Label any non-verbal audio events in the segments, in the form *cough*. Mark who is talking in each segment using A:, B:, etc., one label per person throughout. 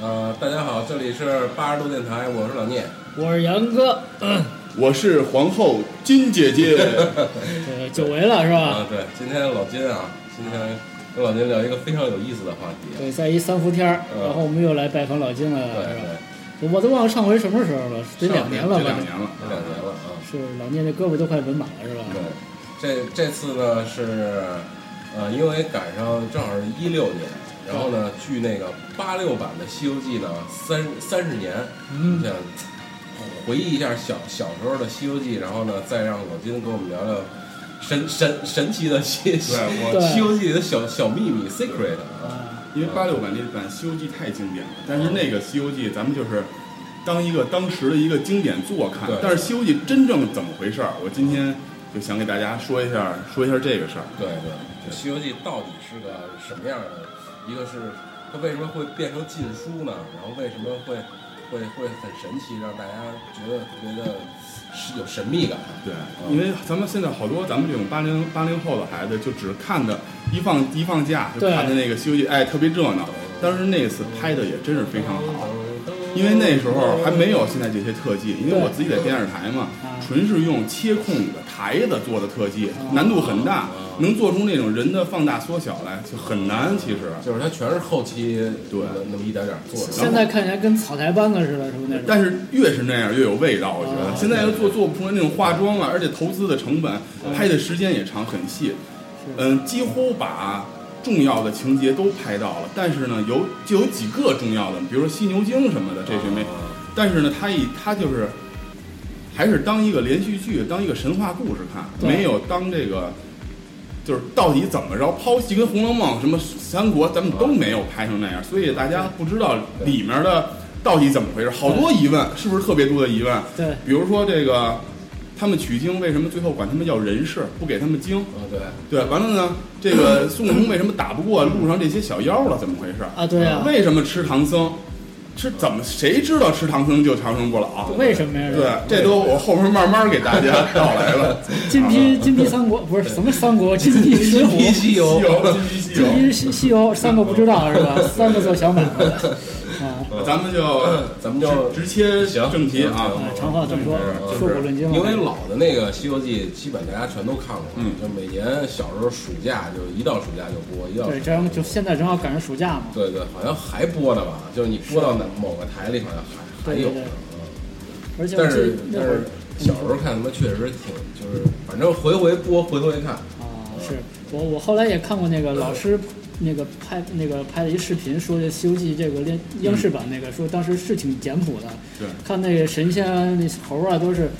A: 呃，大家好，这里是八十度电台，我是老聂。
B: 我是杨哥，
C: 我是皇后金姐
B: *laughs*
C: 姐，
B: 对，久违了是吧？
A: 啊，对，今天老金啊，今天跟老金聊一个非常有意思的话题。
B: 对，在一三伏天儿，
A: 嗯
B: 然后我们又来拜访老金
A: 对
B: 了，是吧？
A: 对，
B: 我都忘了上回什么时候了，得两年了
C: 这
B: 吧
C: 两？年了，
A: 这两年了啊。
B: 是老聂这胳膊都快纹满了是吧？
A: 对，这这次呢是，呃，因为赶上正好是一六年，然后呢，距那个八六版的《西游记》呢三三十年，
B: 嗯，
A: 想回忆一下小小时候的《西游记》，然后呢，再让老金跟我们聊聊神神神奇的西《西
C: 对我
B: 对
A: 西游记》里的小小秘密 secret 啊。
B: 啊，
C: 因为八六版那版《西游记》太经典了，但是那个《西游记》咱们就是当一个当时的一个经典作看
A: 对，
C: 但是《西游记》真正怎么回事儿，我今天就想给大家说一下，说一下这个事儿。
A: 对对，这《西游记》到底是个什么样的？一个是它为什么会变成禁书呢？然后为什么会会会很神奇，让大家觉得特别的是有神秘感？
C: 对，
B: 嗯
C: 因为咱们现在好多咱们这种八零八零后的孩子，就只看的一放一放假就
B: 对
C: 看的那个《西游记》，哎，特别热闹。当时那次拍的也真是非常好，因为那时候还没有现在这些特技，因为
B: 对
C: 我自己在电视台嘛
B: 啊，
C: 纯是用切控的台子做的特技，难度很大，能做出那种人的放大缩小来就很难。其实，
A: 就是它全是后期那
C: 对
A: 么那么一点点做出来
B: 现
A: 的。
B: 在看起来跟草台班子似的，是不是那种？
C: 但是越是那样越有味道，我觉
B: 啊
C: 得现在要做做不出来那种化妆啊，而且投资的成本、拍的时间也长，很细，嗯，几乎把重要的情节都拍到了。但是呢，有就有几个重要的，比如说犀牛精什么的，这些没。但是呢，它以它就是还是当一个连续剧，当一个神话故事看，
B: 对
C: 没有当这个。就是到底怎么着，抛弃跟《红楼梦》什么三国，咱们都没有拍成那样，所以大家不知道里面的到底怎么回事，好多疑问，是不是特别多的疑问？
B: 对
C: 比如说这个，他们取经为什么最后管他们叫人事，不给他们经？
A: 啊，对，
C: 对，完了呢，这个孙悟空为什么打不过路上这些小妖了？怎么回事？
B: 啊对啊
C: 为什么吃唐僧？吃怎么谁知道吃唐僧就长生不老？啊
B: 为什么呀？是
C: 对
B: 吧，
C: 这都我后边慢慢给大家道来了。
B: 金皮
A: 啊
B: 金皮三国不是什么三国，金皮石虎，
A: 皮西游
C: 西游，西西
B: 金皮西西游，三个不知道是吧？三个做小买卖的啊。
C: 游，咱们就
A: *laughs* 咱们就
C: 直直切
A: 行
C: 正题啊
A: 行。行
B: 啊，长话短说，说古论今了。
A: 因为老的那个《西游记》，基本大家全都看过，
C: 嗯
A: 就每年小时候暑假就一到暑假就播，一到暑
B: 对，
A: 假
B: 这样就现在正好赶上暑假嘛。
A: 对对，好像还播的吧？就是你播到哪某个台里，好像还还
B: 对
A: 有嗯
B: 对对。而且我
A: 但
B: 记得
A: 是
B: 那
A: 但
B: 会儿嗯
A: 是小时候看他妈确实挺，就是反正回回播回回看，
B: 啊，是我我后来也看过那个老师那个拍那个拍的一视频，说这《西游记》这个央央视版那个，说当时是挺简朴的，
C: 对，
B: 看那个神仙那猴啊都是。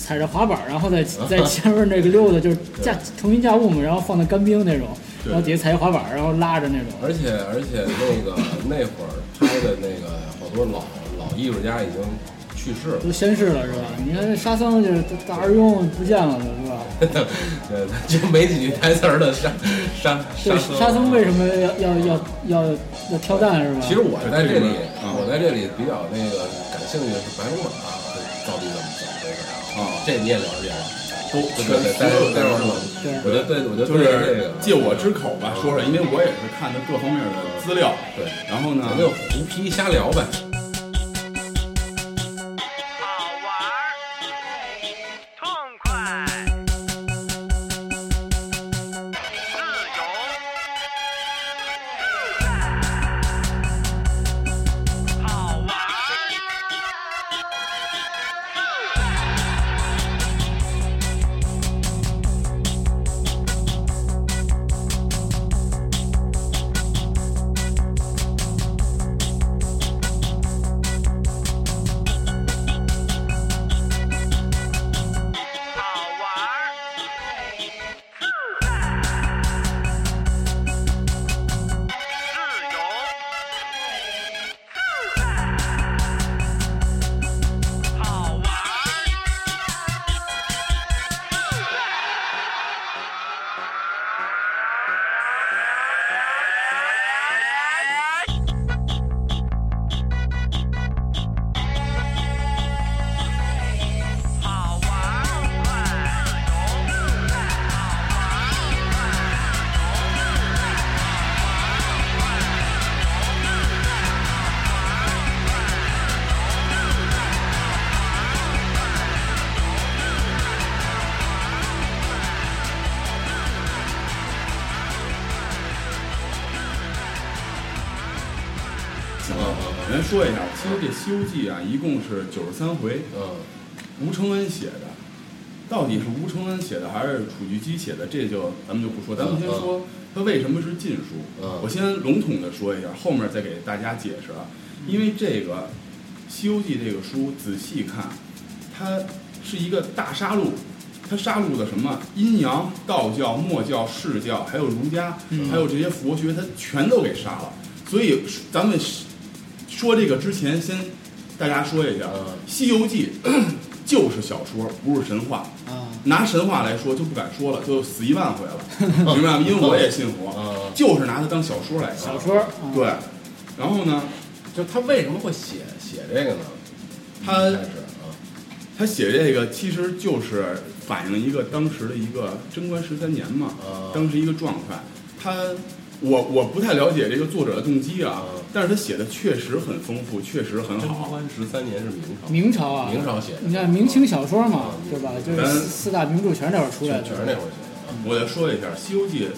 B: 踩着滑板，然后在在前面那个溜达，就是架腾云驾雾嘛，然后放的干冰那种，
C: 对
B: 然后底下踩一滑板，然后拉着那种。
A: 而且而且那个那会儿拍的那个好多老老艺术家已经去世
B: *laughs*
A: 了。
B: 都宣誓了是吧？你看这沙僧就是大二庸不见了是吧？
A: 对，就没几句台词儿的沙沙
B: 对，
A: 沙
B: 沙僧为什么要要要要要挑担是吧？
A: 其实我在这里
C: 为什么，嗯
A: 我在这里比较那个感兴趣的是白龙马到底怎么怎么回事
C: 啊
A: 这你也了解吗？
C: 都
A: 哦对对对，待会儿待会儿我
B: 对
A: 我就对我就
C: 就
A: 对这
C: 是
A: 个
C: 借我之口吧，说说，因为我也是看的各方面的资料。
A: 对，
C: 然后呢，
A: 咱就胡批瞎聊呗。
D: 好玩儿，痛快，自由，自在，好玩儿，自在。
C: 行了，咱说一下，其实这《西游记》啊，一共是九十三回，
A: 嗯，
C: 吴承恩写的，到底是吴承恩写的还是楚玉基写的，这就咱们就不说，咱们先说它为什么是禁书。
A: 嗯
C: 我先笼统的说一下，后面再给大家解释啊。因为这个《西游记》这个书仔细看，它是一个大杀戮。它杀戮的什么阴阳、道教、墨教、释教，还有儒家，
B: 嗯
C: 还有这些佛学，它全都给杀了。所以咱们说这个之前，先大家说一下，呃
A: 嗯
C: 西游记》 *coughs* 就是小说，不是神话。
B: 啊，
C: 拿神话来说就不敢说了，就死一万
B: *laughs*
C: 回了，明白吗？因为我也信佛，
A: 嗯
C: 就是拿它当小说来看。
B: 小说啊
C: 对，然后呢，
A: 就他为什么会写写这个呢？
C: 他
A: 一开始啊，
C: 他写这个其实就是反映一个当时的一个贞观十三年嘛
A: 啊，
C: 当时一个状态。他我我不太了解这个作者的动机啊
A: 啊，
C: 但是他写的确实很丰富，确实很
A: 贞
C: 好。
A: 观十三年是明朝，
B: 明朝啊，
A: 明朝写的，
B: 你看明清小说嘛
A: 啊，
B: 对吧？就
C: 咱
B: 是四四大名著全那会儿出来
A: 全全是那
B: 的，
A: 会儿写
C: 我再说一下《西游记》，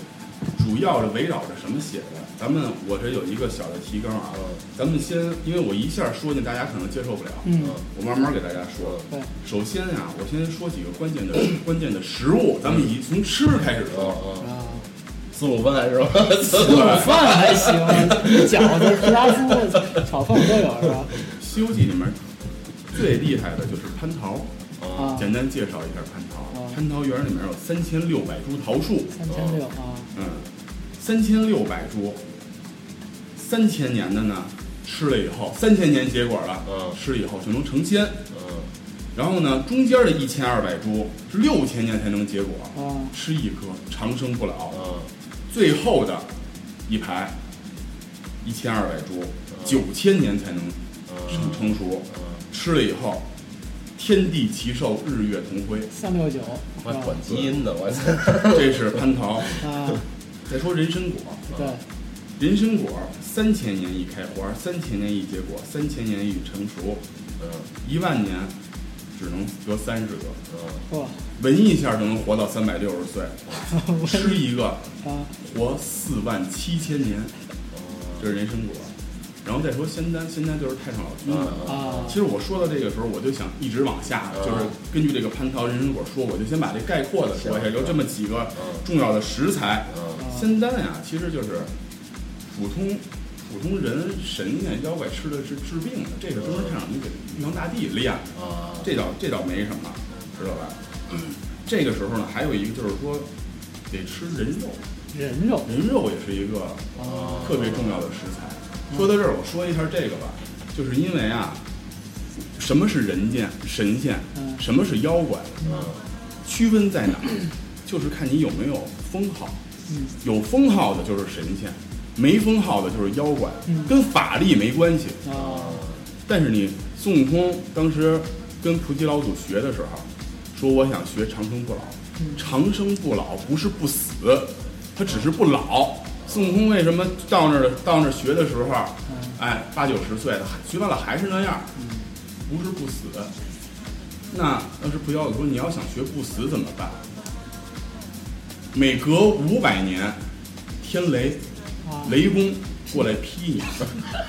C: 主要是围绕着什么写的？咱们我这有一个小的提纲啊
A: 嗯，
C: 咱们先，因为我一下说进大家可能接受不了，
B: 嗯
A: 的，嗯，
C: 我慢慢给大家说。
B: 对，
C: 首先啊，我先说几个关键的关键的食物，咱们以从吃开始
A: 嗯
C: 说。
A: 嗯，
C: *laughs*
B: 啊，
A: 四五分是吧？四
B: 卤饭还行，饺子、皮拉酥、炒饭都有是吧？
C: 《西游记》里面最厉害的就是蟠桃，
B: 啊，
C: 简单介绍一下蟠桃。
B: 嗯
C: 蟠桃园里面有三千六百株桃树，
B: 三千六啊，
C: 嗯，三千六百株，三千年的呢，吃了以后，三千年结果了，
A: 嗯
C: 吃了以后就能成仙。
A: 嗯
C: 然后呢，中间的一千二百株是六千年才能结果，
B: 啊，
C: 吃一颗长生不老。
A: 嗯
C: 最后的一排，一千二百株，九千年才能成成熟，
A: 嗯，
C: 吃了以后，天地奇兽，日月同辉，
B: 三六九
A: 我
B: 是吧？
A: 管基因的，我操，
C: 这是蟠桃。
B: 啊，
C: 再说人参果，
B: 对，
C: 人参果三千年一开花，三千年一结果，三千年一成熟，
A: 嗯
C: 一万年只能得三十个，
A: 嗯
B: 哇，
C: 闻一下就能活到三百六十岁，吃一个
B: 啊，
C: 活四万七千年，这是人参果。然后再说仙丹，仙丹就是太上老君的。
A: 嗯
B: 啊
C: 其实我说到这个时候，我就想一直往下，
A: 嗯
C: 就是根据这个蟠桃、人参果说，我就先把这概括的说一下，
A: 行
C: 有这么几个
A: 嗯
C: 重要的食材。
A: 嗯
C: 仙丹啊，其实就是普通普通人、神仙、妖怪吃的是治病的，这是中国太上你给玉皇大帝炼的，
A: 啊，
C: 这倒这倒没什么，知道吧？这个时候呢，还有一个就是说得吃人肉，
B: 人肉
C: 人肉也是一个
B: 啊，
C: 特别重要的食材。说到这儿，我说一下这个吧，就是因为啊，什么是人间神仙，
B: 嗯
C: 什么是妖怪，
A: 嗯
C: 区分在哪儿，就是看你有没有封号。
B: 嗯
C: 有封号的就是神仙，没封号的就是妖怪，
B: 嗯
C: 跟法力没关系。
B: 啊，
C: 但是你孙悟空当时跟菩提老祖学的时候，说我想学长生不老。长生不老不是不死，他只是不老。孙悟空为什么到那儿到那儿学的时候，哎，八九十岁了，学完了还是那样，不是不死。那当时菩提老祖说，你要想学不死怎么办？每隔五百年，天雷
B: 啊
C: 雷公过来劈你，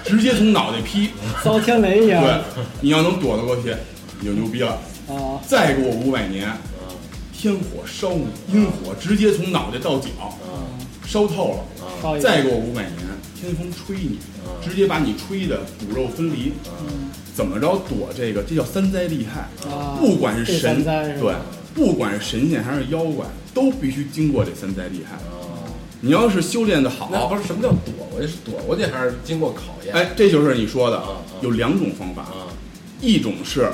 C: 直接从脑袋劈。
B: 遭天雷一样
C: 对，你要能躲得过去，你就牛逼了。
B: 啊，
C: 再过五百年，天火烧你，阴火直接从脑袋到脚
B: 嗯
C: 烧透了。
B: 到一个
C: 再过五百年，天风吹你，
B: 嗯
C: 直接把你吹得骨肉分离。怎么着躲这个？这叫三灾厉害。
B: 啊
C: 不管是神
B: 这三灾是吧
C: 对，不管是神仙还是妖怪，都必须经过这三灾厉害。
B: 嗯
C: 你要是修炼的
A: 那
C: 好
A: 不，是什么叫躲过去？是躲过去还是经过考验？
C: 哎，这就是你说的
A: 啊
B: 嗯
A: 啊，
C: 有两种方法，
A: 啊
C: 一种是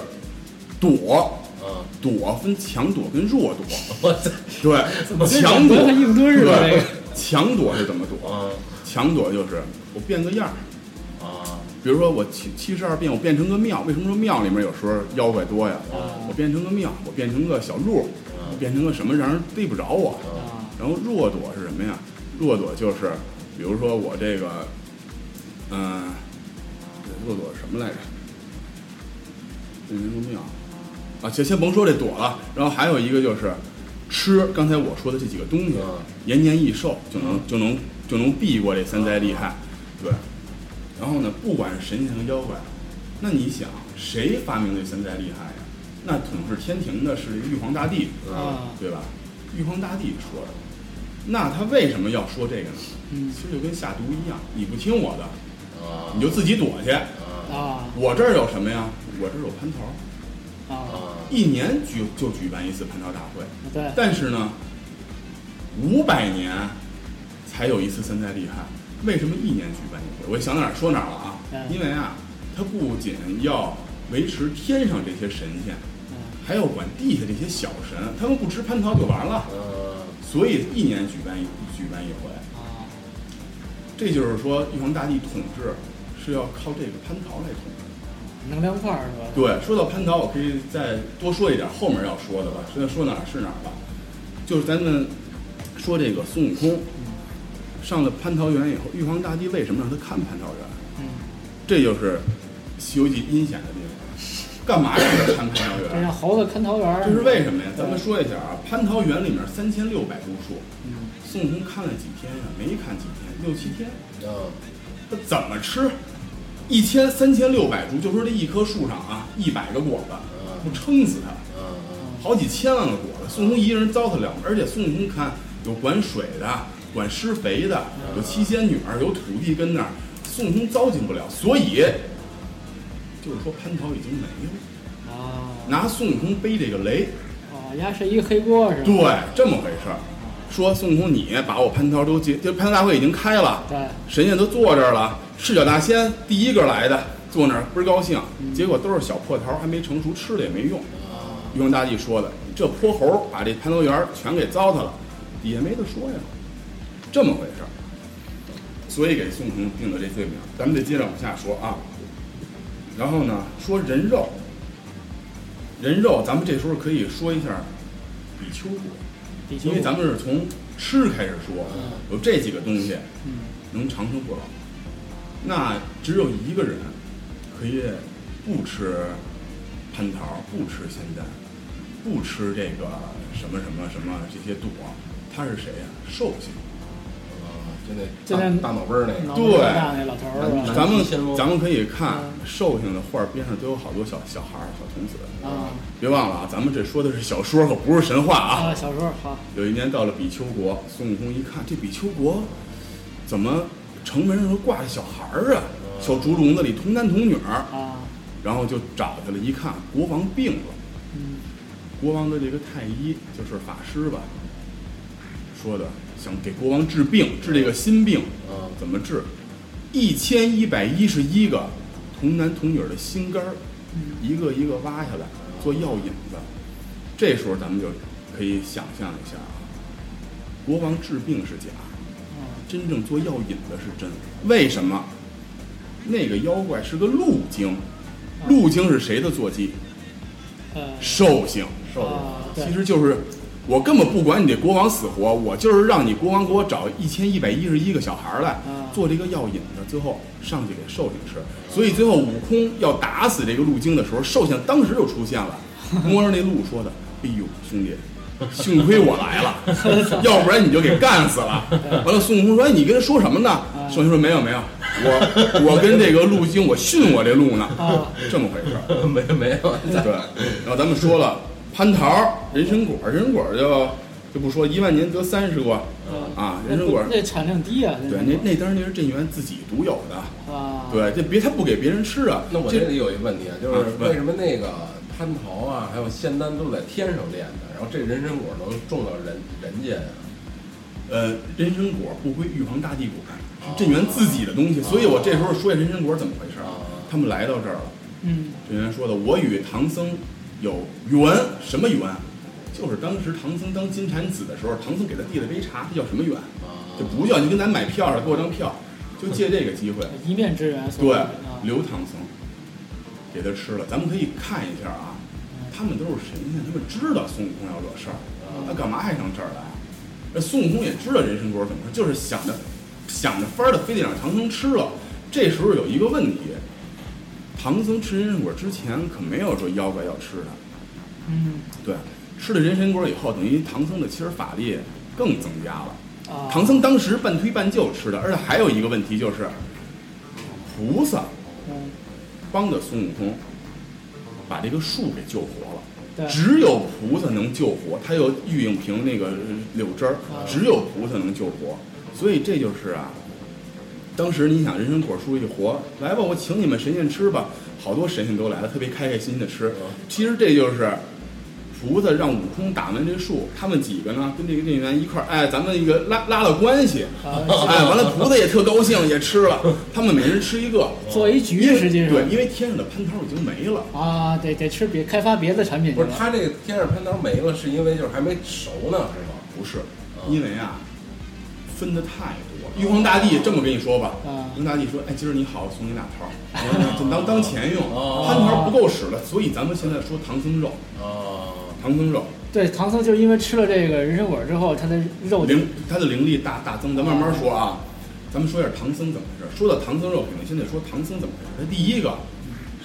C: 躲，
B: 嗯
A: 啊，
C: 躲分强躲跟
B: *laughs*
C: 弱躲。
A: 我操，
C: 对，
B: 跟
C: 强
B: 长
C: 躲
B: 得和硬墩似的
C: 对
B: 这个嗯
C: 强躲是怎么躲？
A: 啊
C: 强躲就是我变个样儿，
A: 啊
C: 比如说我七七十二变，我变成个庙。为什么说庙里面有时候妖怪多呀？
B: 嗯
C: 我变成个庙，我变成个小路，我变成个什么让人逮不着我。
B: 啊
C: 然后弱躲是什么呀？弱躲就是，比如说我这个，嗯、弱躲是什么来着？变成个庙啊，先先甭说这躲了。然后还有一个就是吃，刚才我说的这几个东西
A: 嗯，
C: 延年益寿就能就能就能避过这三灾厉害。对，然后呢，不管是神仙和妖怪，那你想谁发明的神在厉害呀？那统治天庭的是玉皇大帝，
B: 啊，
C: 对吧？玉皇大帝说的。那他为什么要说这个呢？
B: 嗯
C: 其实就跟下毒一样，你不听我的，
A: 啊
C: 你就自己躲去。
A: 啊
B: 啊
C: 我这儿有什么呀？我这儿有蟠桃，
B: 啊，
C: 一年举就举办一次蟠桃大会，
B: 对，
C: 但是呢，五百年才有一次三灾厉害，为什么一年举办一回？我想哪儿说哪儿了啊！
B: 嗯
C: 因为啊，它不仅要维持天上这些神仙，
B: 嗯
C: 还要管地下这些小神，他们不吃蟠桃就完了，
A: 呃
C: 所以一年举办一举办一回。
B: 啊，
C: 这就是说，玉皇大帝统治是要靠这个蟠桃来统治。
B: 能量块儿是吧？
C: 对，说到蟠桃，我可以再多说一点后面要说的吧。现在说哪儿是哪儿吧，就是咱们说这个孙悟空上了蟠桃园以后，玉皇大帝为什么让他看蟠桃园？
B: 嗯，
C: 这就是《西游记》阴险的地方。干嘛让他看蟠桃
B: 这
C: 园
B: 让？猴子看桃园儿，
C: 这是为什么呀？咱们说一下啊，蟠桃园里面三千六百株树，
B: 嗯
C: 孙悟空看了几天呀、没看几天，六七天。
A: 啊
C: 他怎么吃？一千三千六百株，就说这一棵树上啊，一百个果子，不撑死他？
A: 啊啊
C: 好几千万个果子，孙悟空一个人糟蹋了吗？而且孙悟空看有管水的，管施肥的，有七仙女儿，有土地跟那儿，孙悟空糟践不了，所以就是说蟠桃已经没了，
B: 啊
C: 拿孙悟空背这个雷，
B: 啊，压是一个黑锅是吧？
C: 对，这么回事儿。说孙悟空，你把我蟠桃都接，这蟠桃大会已经开了，
B: 对，
C: 神仙都坐这儿了，赤脚大仙第一个来的，坐那儿倍儿高兴，结果都是小破桃，还没成熟，吃了也没用。玉皇大帝说的，这泼猴把这蟠桃园儿全给糟蹋了，底下没得说呀，这么回事儿。所以给孙悟空定的这罪名，咱们得接着往下说啊。然后呢，说人肉，人肉，咱们这时候可以说一下比丘国，
B: 比丘
C: 因为咱们是从吃开始说，有这几个东西，
B: 嗯
C: 能长生不老。那只有一个人可以不吃蟠桃，不吃仙丹，不吃这个什么什么什么这些朵，他是谁呀、寿星。
A: 就
B: 就
A: 那
B: 那
A: 大大脑杯儿那个
B: 脑
C: 对
B: 门儿大那老头儿是吧？
C: 咱们
A: 先说
C: 咱们可以看
B: 嗯
C: 寿星的画边上都有好多小小孩儿、小童子。
B: 啊
C: 别忘了啊，咱们这说的是小说，可不是神话
B: 啊，小时候好，
C: 有一年到了比丘国，孙悟空一看这比丘国怎么城门上都挂着小孩儿啊，小竹笼子里童男童女儿，
B: 啊，
C: 然后就找去了，一看国王病了，
B: 嗯
C: 国王的这个太医就是法师吧，说的想给国王治病，治这个心病，
A: 啊
C: 怎么治？一千一百一十一个童男童女的心肝儿，一个一个挖下来做药引子。这时候咱们就可以想象一下啊，国王治病是假，真正做药引子是真。为什么？那个妖怪是个鹿精，鹿精是谁的坐骑？
B: 呃
C: 兽性。
A: 瘦
B: 啊
A: 了，，
B: 对
C: 其实就是我根本不管你这国王死活，我就是让你国王给我找一千一百一十一个小孩儿来
B: 嗯
C: 做这个药引子，最后上去给寿星吃。所以最后悟空要打死这个鹿精的时候，寿星当时就出
B: *laughs*
C: 现了，摸着那鹿说的：“哎呦，兄弟。”幸亏我来了， *laughs* 要不然你就给干死了。完了，孙悟空说：“哎，你跟他说什么呢？”
B: 啊
C: 寿星说：“没有没有，我我跟这个鹿精，我训我这鹿呢
B: 啊，
C: 这么回事儿。”
A: *laughs* 没没有，
C: 对，然后咱们说了蟠桃、人参果，人参果就就不说，一万年得三十个啊，人
B: 那
C: 参
B: 不
C: 果。
B: 呃那产量低啊，
C: 对，那那当然那是镇元自己独有的，
B: 那啊，
C: 对，这别他不给别人吃啊。
A: *laughs* 那我这
C: 这
A: 里有一问题啊，就
C: 啊
A: 是
C: 问
A: 为什么那个蟠桃啊，还有仙丹都是在天上炼的，然后这人参果能种到人人间啊呀？
C: 呃，人参果不归玉皇大帝管，是镇元自己的东西，所以我这时候说一下人参果怎么回事啊
A: 啊？
C: 他们来到这儿了，
B: 嗯
C: 镇元说的，我与唐僧有缘，什么缘？就是当时唐僧当金蝉子的时候，唐僧给他递了杯茶，这叫什么缘？就不叫你跟咱买票似的，给我张票，就借这个机会，
B: 一面之缘，所谓
C: 对
B: 的啊，
C: 刘唐僧给他吃了。咱们可以看一下啊，他们都是神仙，他们知道孙悟空要惹事儿，他干嘛还上这儿来？那孙悟空也知道人参果怎么吃，就是想着想着法儿的，非得让唐僧吃了。这时候有一个问题，唐僧吃人参果之前可没有说妖怪要吃他，
B: 嗯
C: 对，吃了人参果以后，等于唐僧的其实法力更增加了。
B: 啊，
C: 唐僧当时半推半就吃的，而且还有一个问题就是，菩萨
B: 嗯，
C: 帮着孙悟空把这个树给救活了。
B: 对，
C: 只有菩萨能救活，他有玉影瓶那个呃柳枝儿
B: 啊，
C: 只有菩萨能救活，所以这就是啊。当时你想人参果树一活，来吧，我请你们神仙吃吧，好多神仙都来了，特别开开心心的吃。其实这就是菩萨让悟空打完这树，他们几个呢跟这个店员一块儿，哎，咱们一个拉拉了关系，
B: 啊，
C: 哎，完了菩萨也特高兴，也吃了，他们每人吃一个，
B: 做一局
C: 因为
B: 实际上
C: 对，因为天上的蟠桃已经没了。
B: 啊，得得吃别开发别的产品去
A: 不是
B: 了，
A: 他这个天上蟠桃没了，是因为就是还没熟呢，是吗？
C: 不是，
A: 嗯
C: 因为啊，分的太多了。玉皇大帝这么跟你说吧，
A: 嗯
B: 啊
C: 玉皇大帝说：“哎，今儿你好，我送你俩
A: *laughs*
C: 桃儿，我我当当钱用，
A: 哦
C: 蟠桃不够使了，所以咱们现在说唐僧肉，
A: 哦，
C: 唐僧肉
B: 对，唐僧就是因为吃了这个人参果之后，他的肉就
C: 灵它的灵力大大增，咱慢慢说啊。咱们说一下唐僧怎么回事。说到唐僧肉，肯定先得说唐僧怎么回事。他第一个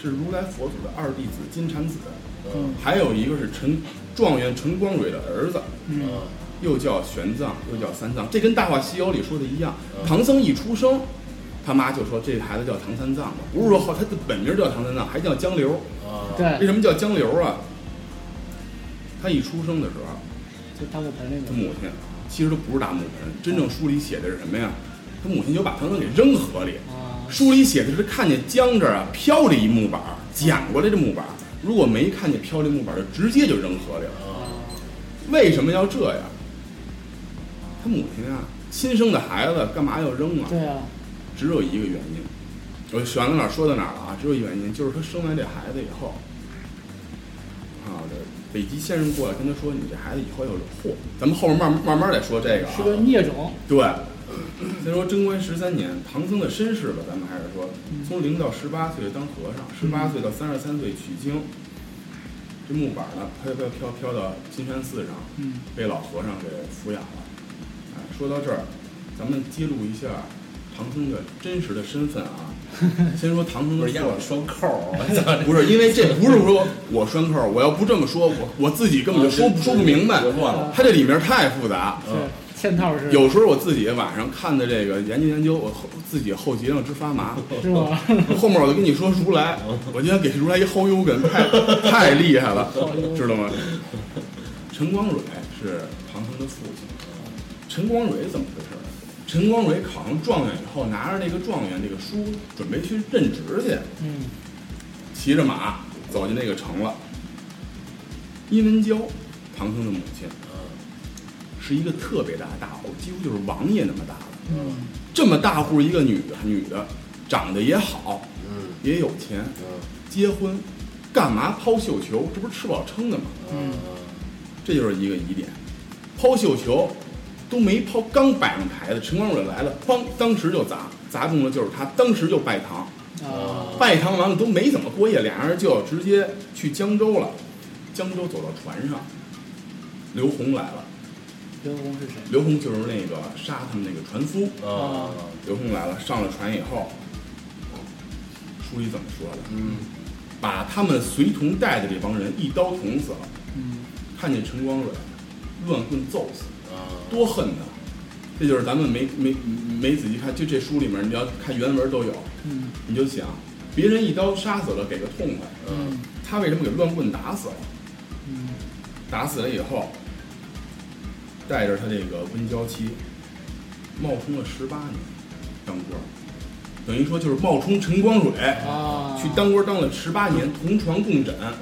C: 是如来佛祖的二弟子金蝉子，
A: 嗯
C: 还有一个是陈状元陈光蕊的儿子，
B: 嗯
A: 嗯
C: 又叫玄奘，又叫三藏，这跟《大话西游》里说的一样
A: 嗯。
C: 唐僧一出生，他妈就说这孩子叫唐三藏吧，不是说好，他的本名叫唐三藏，还叫江流。
A: 啊，
C: 为
B: 对，
C: 什么叫江流啊？他一出生的时候，
B: 就大骨盆那
C: 他
B: 个，
C: 母亲其实都不是大木盆，真正书里写的是什么呀？他母亲就把唐僧给扔河里。
B: 啊，
C: 书里写的是看见江这儿啊飘着一木板儿，捡过来这木板儿，如果没看见飘这木板儿，就直接就扔河里
B: 啊
C: 了。为什么要这样？他母亲啊，亲生的孩子干嘛要扔啊？
B: 对啊，
C: 只有一个原因，我选到哪儿说到哪儿了啊，只有一个原因，就是他生完这孩子以后，啊，这北极先生过来跟他说，你这孩子以后要惹祸。咱们后面慢慢慢慢再说这个啊。
B: 是个孽种，
C: 对。再说贞观十三年，唐僧的身世吧，咱们还是说，
B: 嗯
C: 从零到十八岁当和尚，十八岁到三十三岁取经。这木板呢，飘飘飘飘到金山寺上，
B: 嗯，
C: 被老和尚给抚养了。哎，说到这儿，咱们揭露一下唐僧的真实的身份啊。先说唐僧
A: 不
C: 的
A: 是压
C: 座
A: 我双扣儿，我操这
C: 不是因为这不是说我拴扣儿，我要不这么说，我我自己根本就说不说不明白
A: 别，乱了。
C: 它这里面太复杂。
B: 嗯是嵌套式，
C: 嗯有时候我自己晚上看的这个研究研究，我后自己后脊梁直发麻。
B: 是吗？
C: 后面我就跟你说如来，我今天给如来一后幽梗，太太厉害了，知道吗？陈光蕊是唐僧的父亲。陈光蕊怎么回事儿？陈光蕊考上状元以后，拿着那个状元这个书，准备去任职去。
B: 嗯，
C: 骑着马走进那个城了。殷文娇，唐僧的母亲，是一个特别大的大户，几乎就是王爷那么大了。
B: 嗯，
C: 这么大户一个女的，女的长得也好，
A: 嗯
C: 也有钱，
A: 嗯
C: 结婚，干嘛抛绣球？这不是吃饱撑的吗？
A: 嗯
C: 这就是一个疑点。抛绣球都没抛，刚摆上牌子，陈光蕊来了，梆，当时就砸，砸中了就是他，当时就拜堂。
B: 啊，
C: 拜堂完了都没怎么过夜，俩人就要直接去江州了。江州走到船上，刘洪来了。
B: 刘洪是谁？
C: 刘洪就是那个杀他们那个船夫。
A: 啊
C: 刘洪来了，上了船以后，书里怎么说的？
A: 嗯
C: 把他们随同带的这帮人一刀捅死了。
B: 嗯，
C: 看见陈光蕊，乱棍揍死，
A: 啊
C: 多恨呐！这就是咱们没没没仔细看，就这书里面你要看原文都有，
B: 嗯
C: 你就想，别人一刀杀死了，给个痛快。
A: 嗯
B: 嗯
C: 他为什么给乱棍打死了？
B: 嗯，
C: 打死了以后，带着他这个温娇妻，冒充了十八年当官儿，等于说就是冒充陈光蕊
B: 啊，
C: 去当官当了十八年，同床共枕。
A: 啊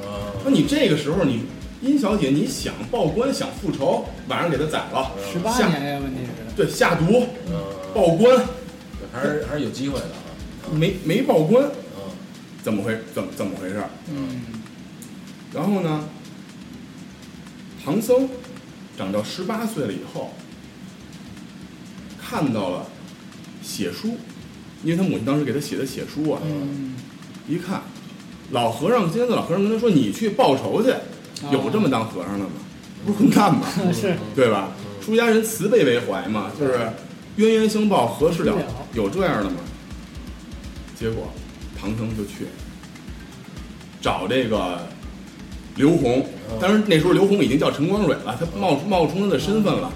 C: 那你这个时候你。殷小姐，你想报官，想复仇，晚上给他宰了，
B: 十八
C: 下
B: 年呀，问题是，
C: 对下毒
A: 啊，
C: 报官，
A: 还是还是有机会的啊。
C: 没没报官，
A: 嗯
C: 怎么回怎么怎么回事儿？
B: 嗯
C: 然后呢，唐僧长到十八岁了以后，看到了写书，因为他母亲当时给他写的写书啊，
B: 嗯，
C: 一看，老和尚今天的老和尚跟他说：“你去报仇去。”
B: 哦
C: 有这么当和尚的吗？不是混蛋吗？
B: 嗯是
C: 对吧？出家人慈悲为怀嘛，就是冤冤相报何时了
B: 了？
C: 有这样的吗？结果唐僧就去找这个刘洪，当然那时候刘洪已经叫陈光蕊了，他冒冒充他的身份了。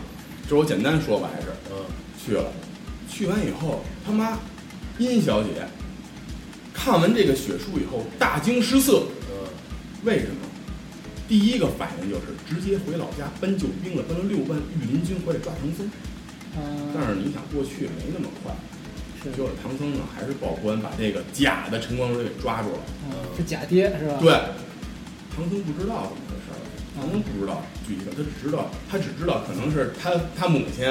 C: 这我简单说吧，还是
A: 嗯
C: 去了。去完以后，他妈殷小姐看完这个血书以后大惊失色，
A: 嗯，
C: 为什么？第一个反应就是直接回老家搬救兵了，搬了六万御林军回来抓唐僧。但
B: 嗯，
C: 是你想，过去没那么快，
B: 是，
C: 结果唐僧呢还是报官把这个假的陈光蕊给抓住了。
B: 嗯是假爹是吧？
C: 对，唐僧不知道怎么回事儿，唐僧不知道具体的，他只知道他只知道可能是他他母亲，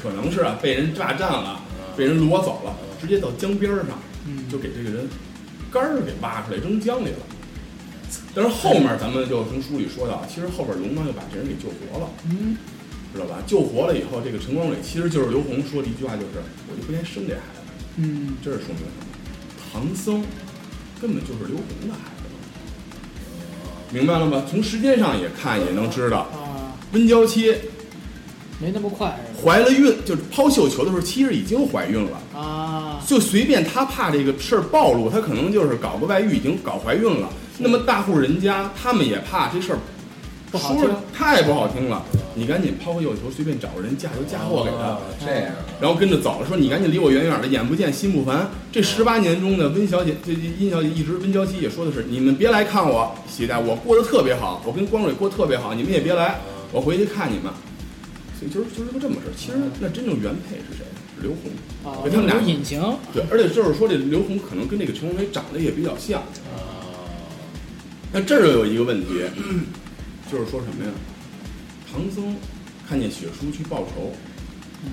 C: 可能是啊被人霸占了，被人掳走了，直接到江边儿上
B: 嗯，
C: 就给这个人杆儿给挖出来扔江里了。但是后面咱们就从书里说到，其实后边龙王又把这人给救活了，
B: 嗯，
C: 知道吧？救活了以后，这个陈光蕊其实就是刘洪说的一句话，就是我就不应该生这孩子。
B: 嗯，
C: 这是说明什么？唐僧根本就是刘洪的孩子，明白了吗？从时间上也看也能知道，
B: 啊，
C: 温娇妻
B: 没那么快是
C: 怀了孕，就是抛绣球的时候，其实已经怀孕了。
B: 吧？啊，
C: 就随便他怕这个事儿暴露，他可能就是搞个外遇，已经搞怀孕了。那么大户人家他们也怕这事儿
B: 不好
C: 说
B: 听
C: 太不好听了。你赶紧抛个绣球，随便找个人嫁就嫁啊祸给他。
A: 哦这样啊，
C: 然后跟着走了，说你赶紧离我远远的，眼不见心不烦。这十八年中呢，温小姐这这殷小姐一直温娇妻也说的是，你们别来看我携带，我过得特别好，我跟光蕊过得特别好，你们也别来，我回去看你们。所以就是就是这么这么事儿。其实那真正原配是谁？是刘洪。
B: 啊，
C: 给他们俩
B: 有隐情，
C: 对，而且就是说这刘洪可能跟这个陈红梅长得也比较像。
A: 啊
C: 那这儿又有一个问题，就是说什么呀？唐僧看见血书去报仇，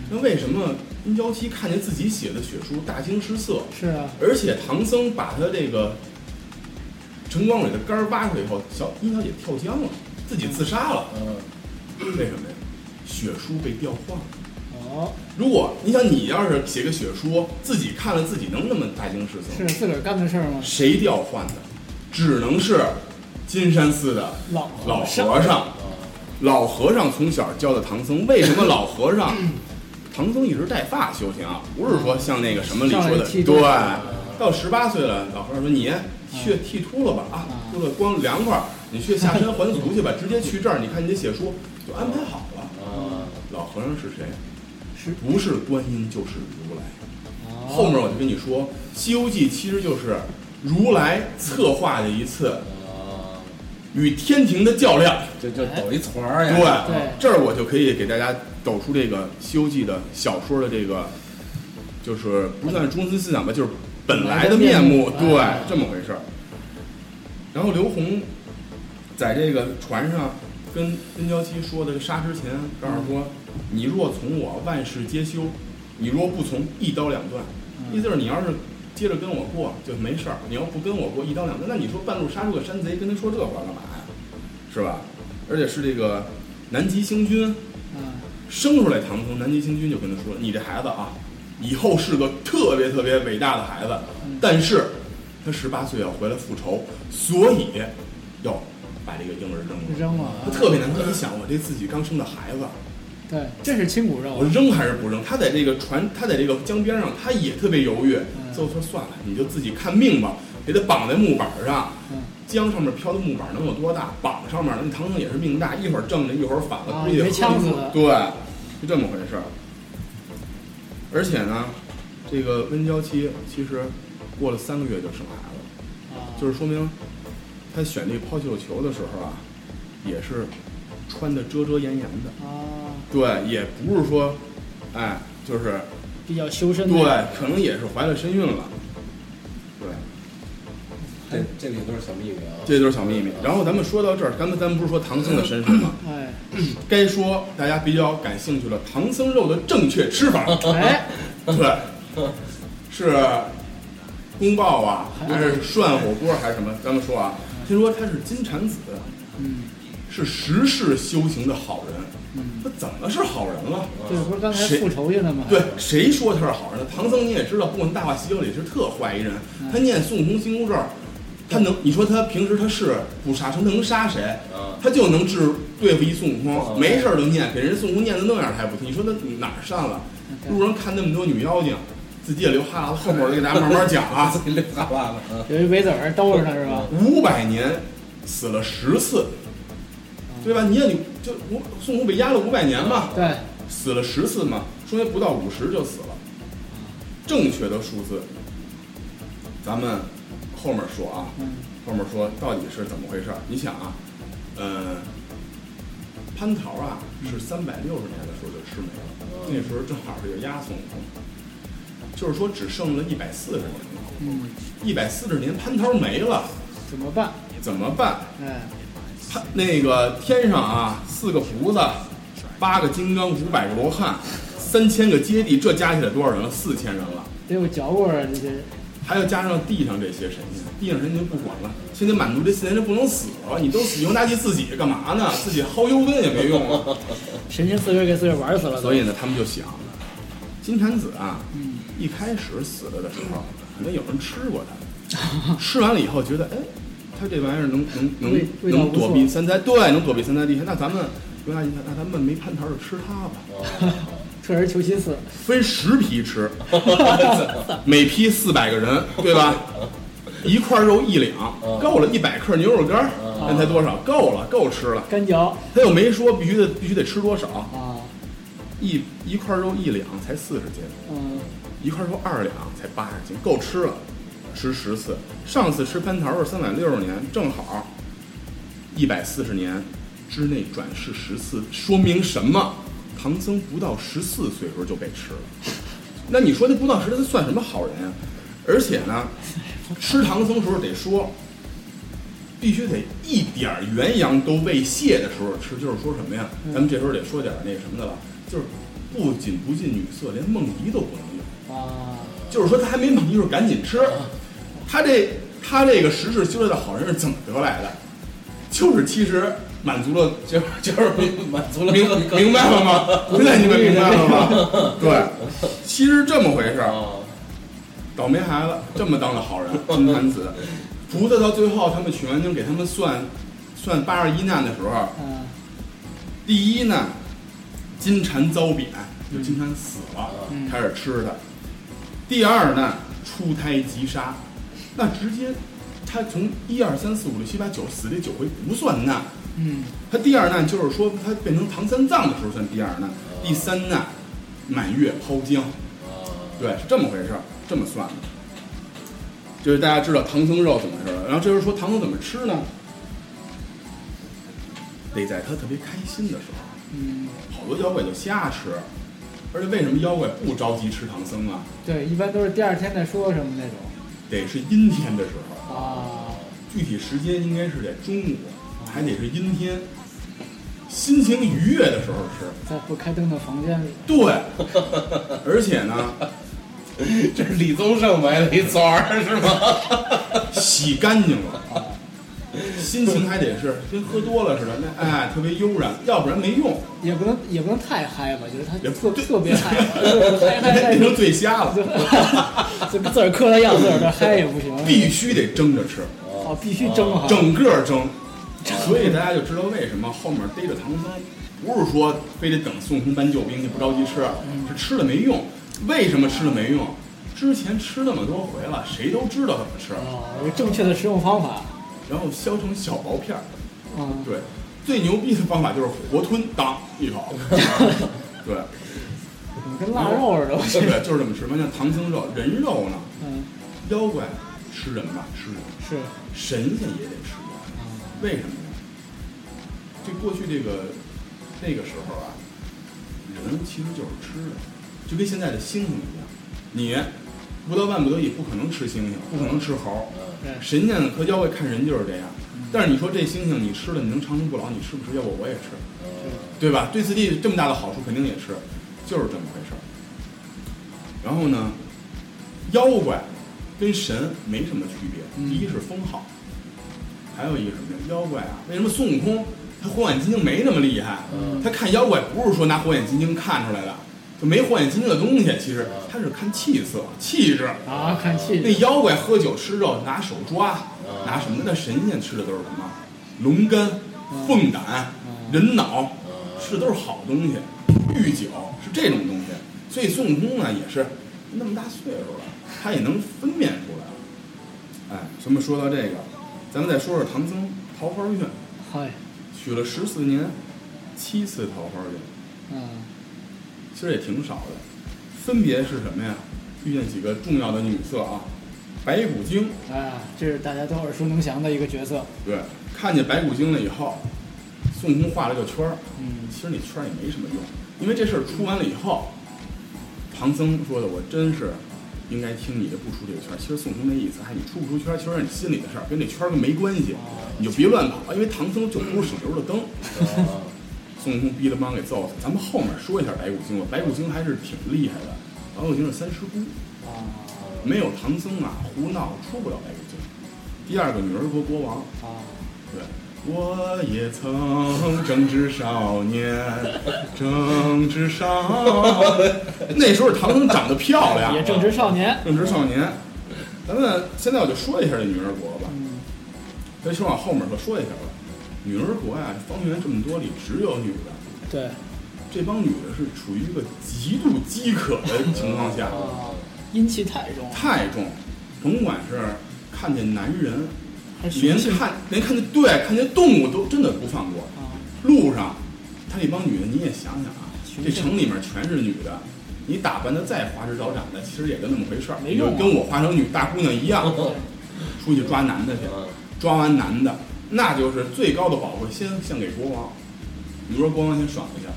C: 那为什么殷郊七看见自己写的血书大惊失色？
B: 是啊，
C: 而且唐僧把他这个陈光蕊的肝儿挖出来以后，小殷小姐跳江了，自己自杀了。
A: 嗯，
C: 为什么呀？血书被调换了。
B: 哦，
C: 如果你想你要是写个血书，自己看了自己能那么大惊失色吗？
B: 是自个儿干的事儿吗？
C: 谁调换的？只能是金山寺的
B: 老
C: 老
B: 和尚
C: 和尚。老和尚从小教的唐僧，为什么老和尚？唐僧一直带发修行啊，不是说像那个什么里说
B: 嗯上
C: 的
B: 来，剃
C: 对
B: 度，
C: 到十八岁了，老和尚说你去
B: 嗯
C: 剃秃了吧啊，秃了光凉快儿，你去下山还俗去吧，直接去这儿，你看你得写书就安排好了。
A: 啊
C: 老和尚是谁？
B: 是
C: 不是观音就是如来。
B: 哦
C: 后面我就跟你说，《西游记》其实就是如来策划的一次
A: 啊
C: 与天庭的较量。
A: 就就抖一团儿呀，
B: 对
C: 这儿我就可以给大家抖出这个《西游记》的小说的这个，就是不算是中心思想吧，就是本来的面
B: 本
C: 目，
B: 来的面目
C: 对
B: 哎，
C: 这么回事儿。然后刘洪在这个船上跟跟娇妻说的杀之前，告诉
B: 嗯
C: 说：“你若从我，万事皆休；你若不从，一刀两断。”
B: 嗯
C: 意思就是你要是接着跟我过就没事儿，你要不跟我过一刀两断，那你说半路杀出个山贼，跟他说这话干嘛呀？是吧？而且是这个南极星君
B: 嗯，
C: 生出来唐僧，南极星君就跟他说：“你这孩子啊，以后是个特别特别伟大的孩子，但是他十八岁要回来复仇，所以要把这个婴儿扔了。
B: 扔了，
C: 他特别难过，你想我这自己刚生的孩子，
B: 对，这是亲骨肉
C: 我
B: 啊，
C: 扔还是不扔？他在这个船，他在这个江边上，他也特别犹豫。最后说算了，你就自己看命吧，给他绑在木板上。
B: 嗯
C: 江上面飘的木板能有多大？绑上面，那唐僧也是命大，一会儿正着，一会儿反了，
B: 啊
C: 估计得
B: 没呛死
C: 喝
B: 了
C: 对，就这么回事儿。而且呢，这个温娇妻其实过了三个月就生孩子了。
B: 啊
C: 就是说明他选这个抛绣球的时候啊，也是穿的遮遮掩掩的，
B: 啊，
C: 对，也不是说，哎，就是
B: 比较修身的，
C: 对，可能也是怀了身孕了，对，
A: 这这里都是小秘密啊，
C: 这就是小秘密。然后咱们说到这儿，咱们咱们不是说唐僧的身世吗？
B: 哎，
C: 该说大家比较感兴趣了，唐僧肉的正确吃法，
B: 哎，
C: 对，是宫爆啊，还是涮火锅还是什么？咱们说啊，听说他是金蝉子。
B: 嗯，
C: 是十世修行的好人，他怎么是好人了？
B: 这不是刚才
C: 谁
B: 复仇去了吗？
C: 对，谁说他是好人呢？唐僧你也知道，不管《大话西游》里是特坏一人，他念孙悟空紧箍咒，他能，你说他平时他是不杀生，他能杀谁
A: 啊？
C: 他就能治对付一孙悟
A: 啊
C: 空，没事儿就念，给人孙悟空念的那样他也不听，你说他哪儿善了？
B: 对
C: 路上看那么多女妖精，自己也流哈喇子，后面我就给大家慢慢讲
A: *laughs*
C: 啊。
A: 自己溜达完了，嗯
B: 有一围子儿兜着呢是吧？
C: 五百年死了十次，对吧？你也你就我孙悟空被压了五百年嘛，
B: 对，
C: 死了十次嘛，说明不到五十就死了，正确的数字，咱们后面说啊，
B: 嗯
C: 后面说到底是怎么回事儿？你想啊，呃，蟠桃啊是三百六十年的时候就吃没了，那时候正好是有鸭松茸，就是说只剩了一百四十年了，
B: 嗯，
C: 一百四十年蟠桃没了，
B: 怎么办？
C: 怎么办？
B: 哎，
C: 他那个天上啊，四个菩萨，八个金刚，五百个罗汉，三千个接地，这加起来多少人了？四千人了。
B: 得有嚼味儿啊，这些人。
C: 还要加上地上这些神仙，地上神仙就不管了，先得满足这四千人不能死了，你都死牛大祭自己干嘛呢？自己薅油根也没用啊。
B: 神仙自个儿给自个儿玩死了都。
C: 所以呢，他们就想，金蝉子啊，
B: 嗯，
C: 一开始死了的时候，可能有人吃过它，吃完了以后觉得，哎，它这玩意儿能能能
B: 味味道
C: 能
B: 不错
C: 躲避三灾，对，能躲避三灾地害。那咱们刘大爷，那咱们没蟠桃就吃它吧，
B: 退而求其次，
C: 分十批
B: *laughs*
C: 吃，每批四百个人，对吧？一块肉一两，
B: 嗯
C: 够了，一百克牛肉干儿，那才多少？够了，够吃了。
B: 干嚼
C: 他又没说必须得必须得吃多少，
B: 啊，
C: 一一块肉一两才四十斤，
B: 嗯，
C: 一块肉二两才八十斤，够吃了，吃十次。上次吃蟠桃是三百六十年，正好一百四十年之内转世十次，说明什么？唐僧不到十四岁时候就被吃了。那你说那不到十四岁算什么好人啊？而且呢，吃唐僧时候得说，必须得一点儿元阳都未泄的时候吃，就是说什么呀？咱们这时候得说点儿那什么的了，就是不仅不近女色，连梦遗都不能有。
B: 啊，
C: 就是说他还没满意，就是赶紧吃。他这他这个十世修炼的好人是怎么得来的？就是其实满足了，
A: 就是就是明满足了
C: 明
A: 各
C: 明白了吗？现在你们明白了吗？对，其实这么回事儿。
A: 啊，
C: 倒霉孩子这么当的好人，金蝉子，菩萨到最后他们取完经给他们算算八十一难的时候，
B: 嗯，
C: 第一呢，金蝉遭贬，就金蝉死了，
B: 嗯
C: 开始吃的。第二呢，出胎即杀，那直接他从一二三四五六七八九死这九回不算难，
B: 嗯，
C: 他第二难就是说他变成唐三藏的时候算第二难，第三难满月抛江，对，是这么回事儿，这么算的。就是大家知道唐僧肉怎么回事了，然后这时候说唐僧怎么吃呢？得在他特别开心的时候，
B: 嗯，
C: 好多妖怪就瞎吃，而且为什么妖怪不着急吃唐僧啊？
B: 对，一般都是第二天再说什么那种
C: 得是阴天的时候，
B: 啊，
C: 具体时间应该是在中午，还得是阴天，心情愉悦的时候吃。
B: 在不开灯的房间里，
C: 对，而且呢，
A: 这是李宗盛埋了一撮儿是吗？
C: 洗干净了，心情还得是跟喝多了似的，那哎特别悠然，要不然没用，
B: 也不能也不能太嗨吧，就是他
C: 也
B: 特
C: 对
B: 特别嗨，嗨嗨嗨
C: 变，成醉瞎了，
B: 就就自个儿嗑了药，自个儿这嗨也不行，
C: 必须得蒸着吃。
B: 哦必须蒸哈，
C: 整个蒸，所以大家就知道为什么后面逮着唐僧，不是说非得等孙悟空搬救兵去不着急吃，
B: 嗯
C: 是吃了没用。为什么吃了没用？之前吃那么多回了，谁都知道怎么吃，
B: 哦，有正确的食用方法，
C: 然后削成小薄片儿。
B: 嗯，
C: 对，最牛逼的方法就是活吞，当一口。对，
B: 你跟腊肉似的，我觉得，
C: 对，就是这么吃。完像唐僧肉，人肉呢，
B: 嗯，
C: 妖怪吃人吧，吃人，
B: 是，
C: 神仙也得吃人。
B: 嗯
C: 为什么呢？这过去这个那个时候啊，人其实就是吃的，就跟现在的猩猩一样。你不到万不得已不可能吃猩猩，不可能吃猴。
B: 对，嗯
C: 神仙和妖怪看人就是这样。但是你说这猩猩你吃了你能长生不老，你吃不吃？要不我也吃，对吧？对自己这么大的好处肯定也吃，就是这么回事儿。然后呢，妖怪跟神没什么区别，
B: 嗯
C: 第一是封号，还有一个什么呀？妖怪啊，为什么孙悟空他火眼金睛没那么厉害？
B: 嗯
C: 他看妖怪不是说拿火眼金睛看出来的，就没火眼金睛的东西，其实
B: 嗯
C: 他是看气色、气质。
B: 啊，看气
C: *laughs* 那
B: 质，
C: 妖怪喝酒吃肉，拿手抓，拿什么？那神仙吃的都是什么？龙肝、凤胆、人脑，吃的都是好东西。御酒是这种东西，所以孙悟空呢也是那么大岁数了，他也能分辨出来。哎，咱们说到这个，咱们再说说唐僧桃花运，
B: 嗨，
C: 取了十四年，七次桃花运，
B: 嗯，
C: 其实也挺少的，分别是什么呀？遇见几个重要的女色啊，白骨精，
B: 啊，这是大家都耳熟能详的一个角色。
C: 对，看见白骨精了以后，孙悟空画了个圈儿，
B: 嗯，
C: 其实那圈儿也没什么用，因为这事儿出完了以后，唐僧说的我真是应该听你的，不出这个圈儿。其实孙悟空那意思，哎，你出不出圈儿，其实是你心里的事儿，跟这圈儿没关系，你就别乱跑，因为唐僧就不是省油的灯。
A: 啊
C: 孙悟空逼着帮给揍死。咱们后面说一下白骨精吧，白骨精还是挺厉害的，白骨精是三师姑，
B: 啊，
C: 没有唐僧啊胡闹出不了白骨精。第二个女儿国国王，
B: 啊，
C: 对，我也曾正值少年，正值少年， *laughs* 那时候唐僧长得漂亮，啊
B: 也正值少年。
C: 正值少年。咱们现在我就说一下这女儿国吧，
B: 嗯，
C: 咱先往后面说说一下吧。女儿国呀、方圆这么多里只有女的，
B: 对，
C: 这帮女的是处于一个极度饥渴的情况下，
B: 啊，阴气太重，
C: 太重，甭管是看见男人，
B: 还是
C: 连
B: 雄性
C: 看连看见对看见动物都真的不放过。
B: 啊，
C: 路上，他那帮女的，你也想想啊，
B: 群
C: 这
B: 众
C: 城里面全是女的，你打扮的再花枝招展的，其实也就那么回事儿，
B: 没
C: 你就
B: 用啊
C: 跟我化成女大姑娘一样，出去抓男的去，抓完男的，那就是最高的保护，先献给国王。你说国王先爽一下，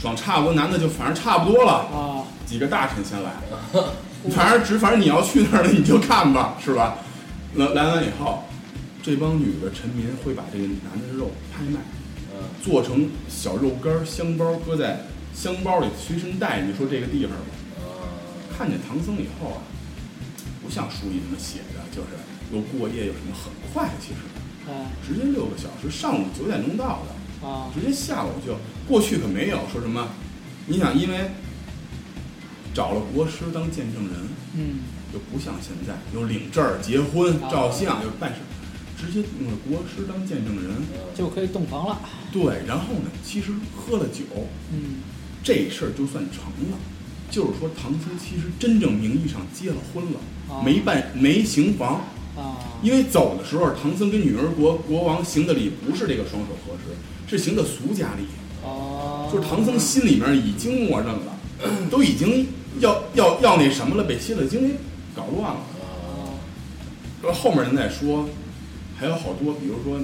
C: 爽差不多，男的就反正差不多了，
B: 啊，
C: 几个大
B: *laughs*
C: 臣先来，反正只反正你要去那儿了，你就看吧，是吧？来来完以后，这帮女的臣民会把这个男的肉拍卖。做成小肉干儿香包，搁在香包里随身带。你说这个地方吧，看见唐僧以后啊，不像书里那么写的，就是又过夜又什么，很快，其实
B: 啊
C: 直接六个小时，上午九点钟到的，
B: 啊，
C: 直接下午就过去可没有说什么。你想，因为找了国师当见证人，
B: 嗯，
C: 就不像现在有领证儿、结婚、
B: 啊
C: 照相、有办事，直接用了国师当见证人。
B: 就可以洞房了。
C: 对，然后呢，其实喝了酒。
B: 嗯，
C: 这事儿就算成了。就是说，唐僧其实真正名义上结了婚了，
B: 哦
C: 没办没行房，
B: 啊，
C: 因为走的时候，唐僧跟女儿国国王行的礼不是这个双手合十，是行的俗家礼，
B: 哦，
C: 就是唐僧心里面已经默认了， *clears throat* 都已经要要要那什么了，被蝎子精给搞乱了。
B: 啊，
C: 说后面人再说，还有好多，比如说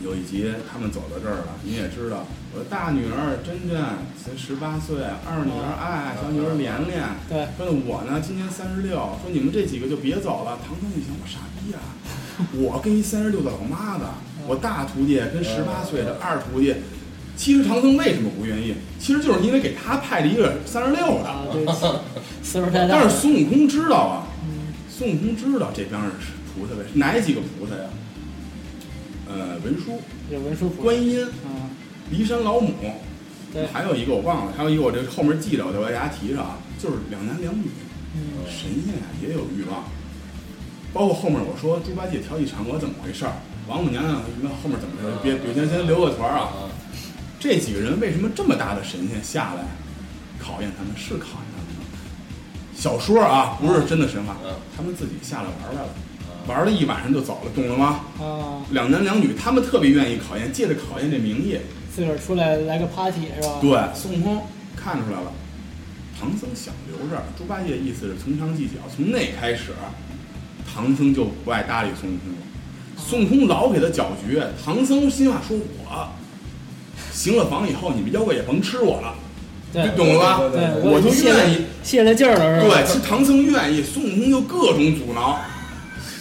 C: 有一集他们走到这儿了，你也知道，我的大女儿珍珍才十八岁，二女儿爱爱，小女儿莲莲。
B: 对，
C: 说我呢，今年三十六。说你们这几个就别走了。唐僧一想，我傻逼啊！我跟一三十六的老妈子，我大徒弟跟十八岁的二徒弟。其实唐僧为什么不愿意？其实就是因为给他派了一个三十六的。
B: 啊，对，岁数太大
C: 但
B: 了。
C: 是孙悟空知道啊，
B: 嗯
C: 孙悟空知道这帮人是菩萨呗，哪几个菩萨呀？呃，文殊、
B: 有文殊普
C: 观音、
B: 啊，
C: 骊山老母，
B: 对，
C: 还有一个我忘了，还有一个我这后面记着，我就给大家提上啊，就是两男两女，
B: 嗯
C: 神仙啊也有欲望，包括后面我说猪八戒调戏嫦娥怎么回事儿，王母娘娘什么后面怎么着，别别先先留个团儿啊，这几个人为什么这么大的神仙下来，考验他们是考验他们吗？小说啊，不是真的神话
A: 嗯，
C: 他们自己下来玩来了，玩了一晚上就走了，懂了吗？
B: 啊，
C: 两男两女，他们特别愿意考验，借着考验这名义，
B: 自个儿出来来个 party 是吧？
C: 对，孙悟空看出来了，唐僧想留这儿，猪八戒意思是从长计较，从那开始，唐僧就不爱搭理孙悟空了。孙悟空老给他搅局，唐僧心话说我行了房以后，你们妖怪也甭吃我了，
B: 对
C: 懂了吧？
B: 对，
C: 我就
B: 泄
C: 愿意
B: 了泄了劲儿了是吧？
C: 对，其实唐僧愿意，孙悟空就各种阻挠，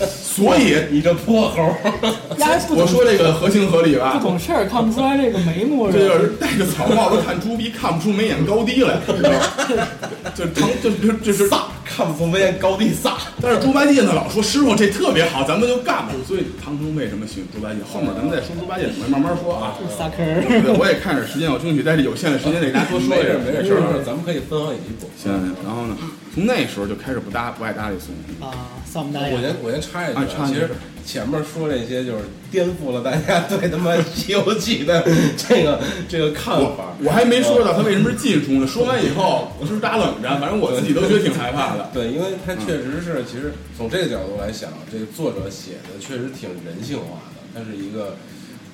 C: 所以
A: 你这泼猴，
B: 丫不
C: 我
B: 懂
C: 说这个合情合理吧
B: 不？懂事儿，看不出来这个眉目
C: 这
B: 是
C: 就
B: 吧？
C: 是戴着草帽子看猪鼻，看不出眉眼高低来，你知道吗？ *laughs* 就唐就就就是
A: 撒，看不出威严高低撒。
C: 但是猪八戒呢，老说师傅这特别好，咱们就干吧。所以唐僧为什么喜欢猪八戒？后面咱们再说猪八戒怎么慢慢说啊。
B: 撒坑儿，
C: 对，我也看着时间，我争取在这有限的时间内给大家多说
A: 没
C: 一
A: 事
C: 下
A: 没事，
C: 这
A: 没
C: 事
A: 事
C: 儿。
A: 咱们可以分好几集播。
C: 行，然后呢，从那时候就开始不搭不爱搭理孙悟空。
B: 啊，扫不大
A: 我
B: 眼。
A: 先我先插一句
C: 啊插
A: 啊，
C: 一
A: 其
C: 句
A: 实前面说这些就是颠覆了大家对他妈《 *laughs* 西游记》的这个这个看法
C: 我。我还没说到他为什么是禁书呢，说完以后是不是大家冷战？反正我自己都觉得挺害怕的。
A: 对，因为它确实是，其实从这个角度来想，这个作者写的确实挺人性化的，它是一个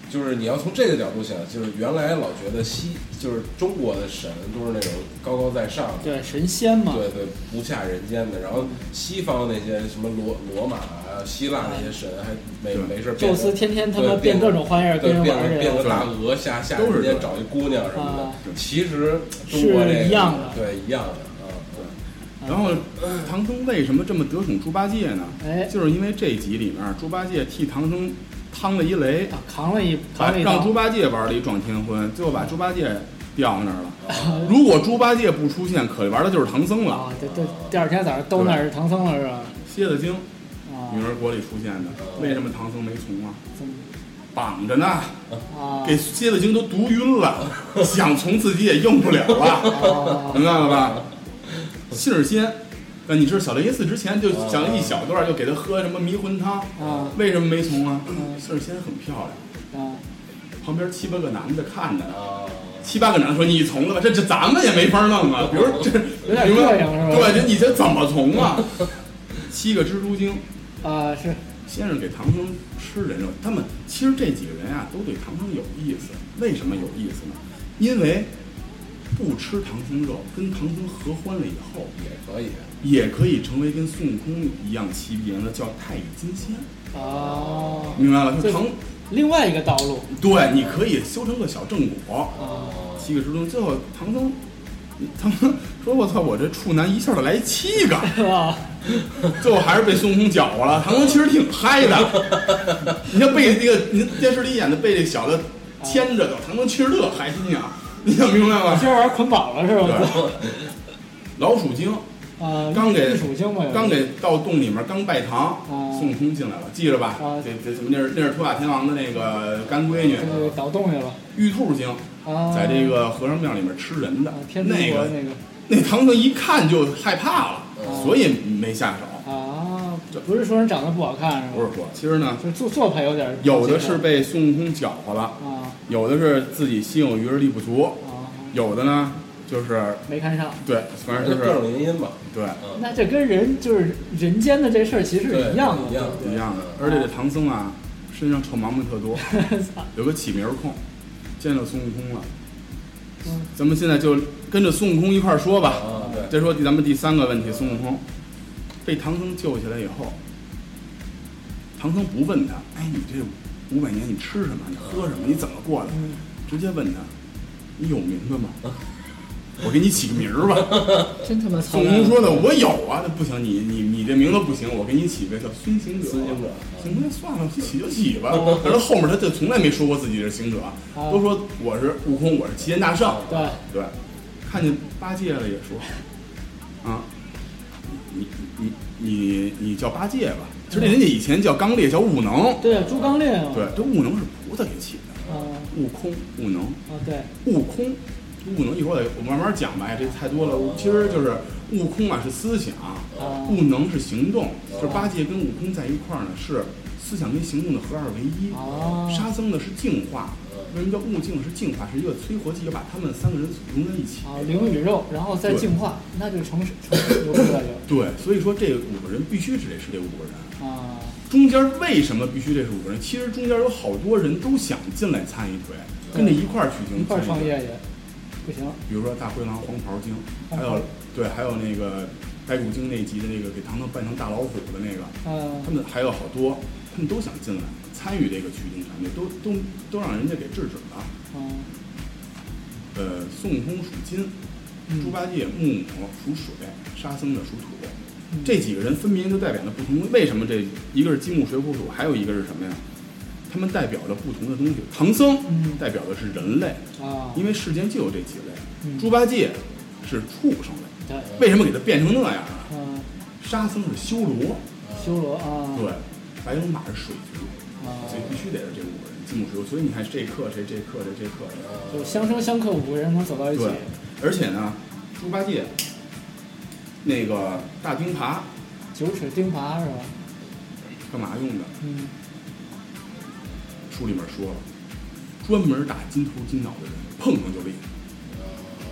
A: 就是你要从这个角度想，就是原来老觉得西就是中国的神都是那种高高在上的，
B: 对神仙嘛，
A: 对对，不下人间的。然后西方那些什么罗罗马啊、希腊那些神还没
C: 对
A: 没事变
B: 宙
A: 个，
B: 斯天天他妈
A: 对
B: 变各种花样
A: 对
B: 跟人
A: 变
B: 玩
A: 个
B: 儿去
A: 变
B: 了，
A: 个大鹅下下
C: 都是
A: 人间
C: 这样
A: 找一姑娘什么
B: 啊
A: 的，其实中国
B: 是
A: 这个
B: 一样的
A: 对一样的啊，对。
C: 嗯然后呃唐僧为什么这么得宠猪八戒呢？
B: 哎
C: 就是因为这集里面猪八戒替唐僧趟了一雷，
B: 啊扛了一扛
C: 把
B: 了一
C: 让
B: 刀
C: 猪，八戒玩了一撞天婚，最后把猪八戒吊那儿
B: 哦
C: 了。 *laughs* 如果猪八戒不出现，可玩的就是唐僧了。
B: 啊，对对，第二天早上都那儿是唐僧了是吧？
C: 蝎子精，
B: 啊，
C: 女儿国里出现的，为什么唐僧没从啊？
B: 哦怎么
C: 绑着呢，
B: 啊？
C: 嗯给蝎子精都毒晕
B: *laughs*
C: 了，想从自己也应不了了，
B: 啊
C: *laughs* 明白了吧？信儿仙，呃，你知道小雷音寺之前就讲了一小段，就给他喝什么迷魂汤，
B: 啊
C: 为什么没从啊？
B: 哦
C: 信儿仙很漂亮，
B: 啊！
C: 旁边七八个男的看着呢。
A: 啊，
C: 七八个男的说你从了吧，这这咱们也没法弄
B: *laughs*
C: 啊。比如这
B: 有点
C: 明白
B: 膈应是吧
C: 对，这你这怎么从啊？
B: *laughs*
C: 七个蜘蛛精
B: 啊，是
C: 先是给唐僧吃人肉，他们其实这几个人啊都对唐僧有意思。为什么有意思呢？因为不吃唐僧肉，跟唐僧合欢了以后，
A: 也可以。
C: 也可以成为跟孙悟空一样骑bien的，叫太乙金仙。
B: 啊，
C: 明白了？
B: 这
C: 就唐
B: 另外一个道路
C: 对，你可以修成个小正果。
B: 啊，
C: 七个之中，最后唐僧，唐僧说：“我操，我这处男一下就来七个，
B: 是吧？
C: 最后还是被孙悟空搅和了。”唐僧其实挺嗨的，你像被那个你电视里演的被这小子牵着走，唐僧其实特开心呀，你想明白吗？
B: *laughs* 今儿玩捆绑了是吧？
C: 对，老鼠精
B: 啊，
C: 刚给
B: 避暑精嘛，有
C: 刚给到洞里面刚拜堂，
B: 哦
C: 孙悟空进来了，记着吧
B: 哦？
C: 这这什么那是那是托塔天王的那个干闺女
B: 这，个倒洞去了
C: 玉兔精
B: 啊，
C: 在这个和尚庙里面吃人的
B: 啊，天竺
C: 那
B: 国
C: 个
B: 那个
C: 那唐僧一看就害怕了，
B: 嗯
C: 所以没下手。
B: 啊
C: 这，
B: 不是说人长得不好看是
C: 不
B: 吧？
C: 是说，其实呢，
B: 就是做做派有点儿
C: 有的是被孙悟空搅和了，
B: 啊
C: 有的是自己心有余而力不足，
A: 哦
B: 啊，
C: 有的呢就是
B: 没看上。
C: 对，
A: *laughs*
C: 反正就
A: 各种
C: 是
A: 原因吧，
C: 对
A: 嗯，
B: 那这跟人就是人间的这事儿其实是一样的，
A: 对一样
B: 对
C: 一样的。而且这唐僧啊，身上臭毛病特多，
B: 不对 *laughs* 操
C: 有个起名儿控，见到孙悟空了
B: 嗯，
C: 咱们现在就跟着孙悟空一块儿说吧。
A: 啊，对，
C: 再说咱们第三个问题，孙悟空被唐僧救起来以后，唐僧不问他，哎，你这五百年你吃什么？你喝什么？你怎么过来？
B: 嗯
C: 直接问他，你有名字吗？
A: 嗯
C: 我给你起个名
A: *laughs*
C: 儿吧。
B: 真他妈操
C: 孙
B: 蛋！
C: 悟空说的，我有啊。那不行，你你你这名字不行，我给你起个叫孙行者。
A: 孙行者
C: 行，那算了，起就起
A: *laughs*
C: 吧。反正后面他就从来没说过自己是行者，
B: 啊
A: 哦
C: 都说我是悟空，我是齐天大圣。
B: 对，
C: 对，看见八戒了也说，啊，你你你你叫八戒吧，其实人家以前叫刚烈，叫悟能，
B: 对啊猪刚烈嘛，
C: 对，这悟能是菩萨给起的，
B: 啊
C: 悟空、悟能、
B: 啊对，
C: 悟空、悟能，一会儿我得我慢慢讲吧，哎，这太多了，其实就是悟空啊是思想，
B: 啊
C: 悟能是行动，就是八戒跟悟空在一块儿呢是思想跟行动的合二为一，
B: 哦
C: 沙僧呢是净化。为什么叫悟净？是净化，是一个催活剂，要把他们三个人融在一起。
B: 啊灵与肉，然后再
C: 对
B: 净化，那就成成有这个
C: 对，所以说这五个人必须是得是这五个人。
B: 啊
C: 中间为什么必须这是五个人？其实中间有好多人都想进来参与队，
B: 对
C: 跟着一块儿取经，
B: 一块儿创业
C: 参与
B: 去，
C: 队。
B: 不行
C: 比如说大灰狼、黄袍精，
B: 黄
C: 还
B: 袍
C: 有对，还有那个白骨精那集的那个给唐僧扮成大老虎的那个，
B: 啊
C: 他们还有好多，他们都想进来参与这个取经团队，都都都让人家给制止了。
B: 啊
C: 呃，孙悟空属金，
B: 嗯
C: 猪八戒、木偶属水，沙僧呢属土。
B: 嗯
C: 这几个人分别都代表了不同的，为什么这一个是金木水火土，还有一个是什么呀？他们代表着不同的东西。唐僧
B: 嗯
C: 代表的是人类，
B: 啊，
C: 因为世间就有这几类。
B: 嗯
C: 猪八戒是畜生类，
B: 对，
C: 为什么给他变成那样啊？
B: 嗯
C: 沙僧是修罗，
B: 修罗啊，
C: 对，白龙马是水族，
B: 啊
C: 所以必须得是这五个人金木水火。所以你看这克谁，这克谁，这克谁。
B: 就相生相克，五个人能走到一起
C: 对，而且呢，猪八戒那个大钉耙
B: 九齿钉耙是吧？
C: 干嘛用的？
B: 嗯
C: 书里面说了，专门打金头金脑的人碰碰就厉害，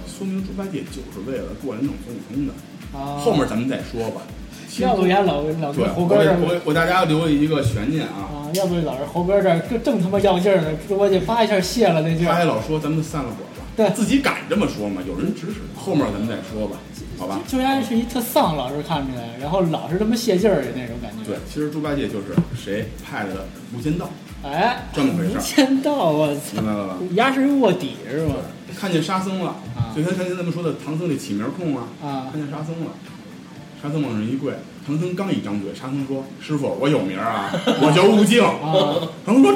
C: 说明猪八戒就是为了过来弄孙悟空的。
B: 啊，
C: 后面咱们再说吧。其实
B: 要不然老老
C: 对
B: 跟，
C: 胡
B: 胡歌
C: 歌
B: 儿
C: 我给我给大家留了一个悬念啊，
B: 啊啊，要不老是猴哥这儿正正他妈要劲儿呢，直播间叭一下卸了那劲
C: 他还
B: 儿，
C: 老说咱们散了伙吧，
B: 对
C: 自己敢这么说吗？有人指使，后面咱们再说吧，好吧？
B: 就丫是一特丧，老是看起来，然后老是他妈泄劲儿的那种感觉。
C: 对，，其实猪八戒就是谁派来的无间道，
B: 哎，
C: 这么回事儿
B: 无间道，啊我操
C: 明，白了吧？
B: 丫是卧底是吗？
C: 看见沙僧了
B: 啊，
C: 就像刚才咱们说的唐僧这起名控啊，
B: 啊
C: 看见沙僧了，沙僧往上一跪，唐僧刚一张嘴，沙僧说：“师傅，我有名儿啊， *laughs* 我叫悟净。”
B: 啊，
C: 唐僧说：“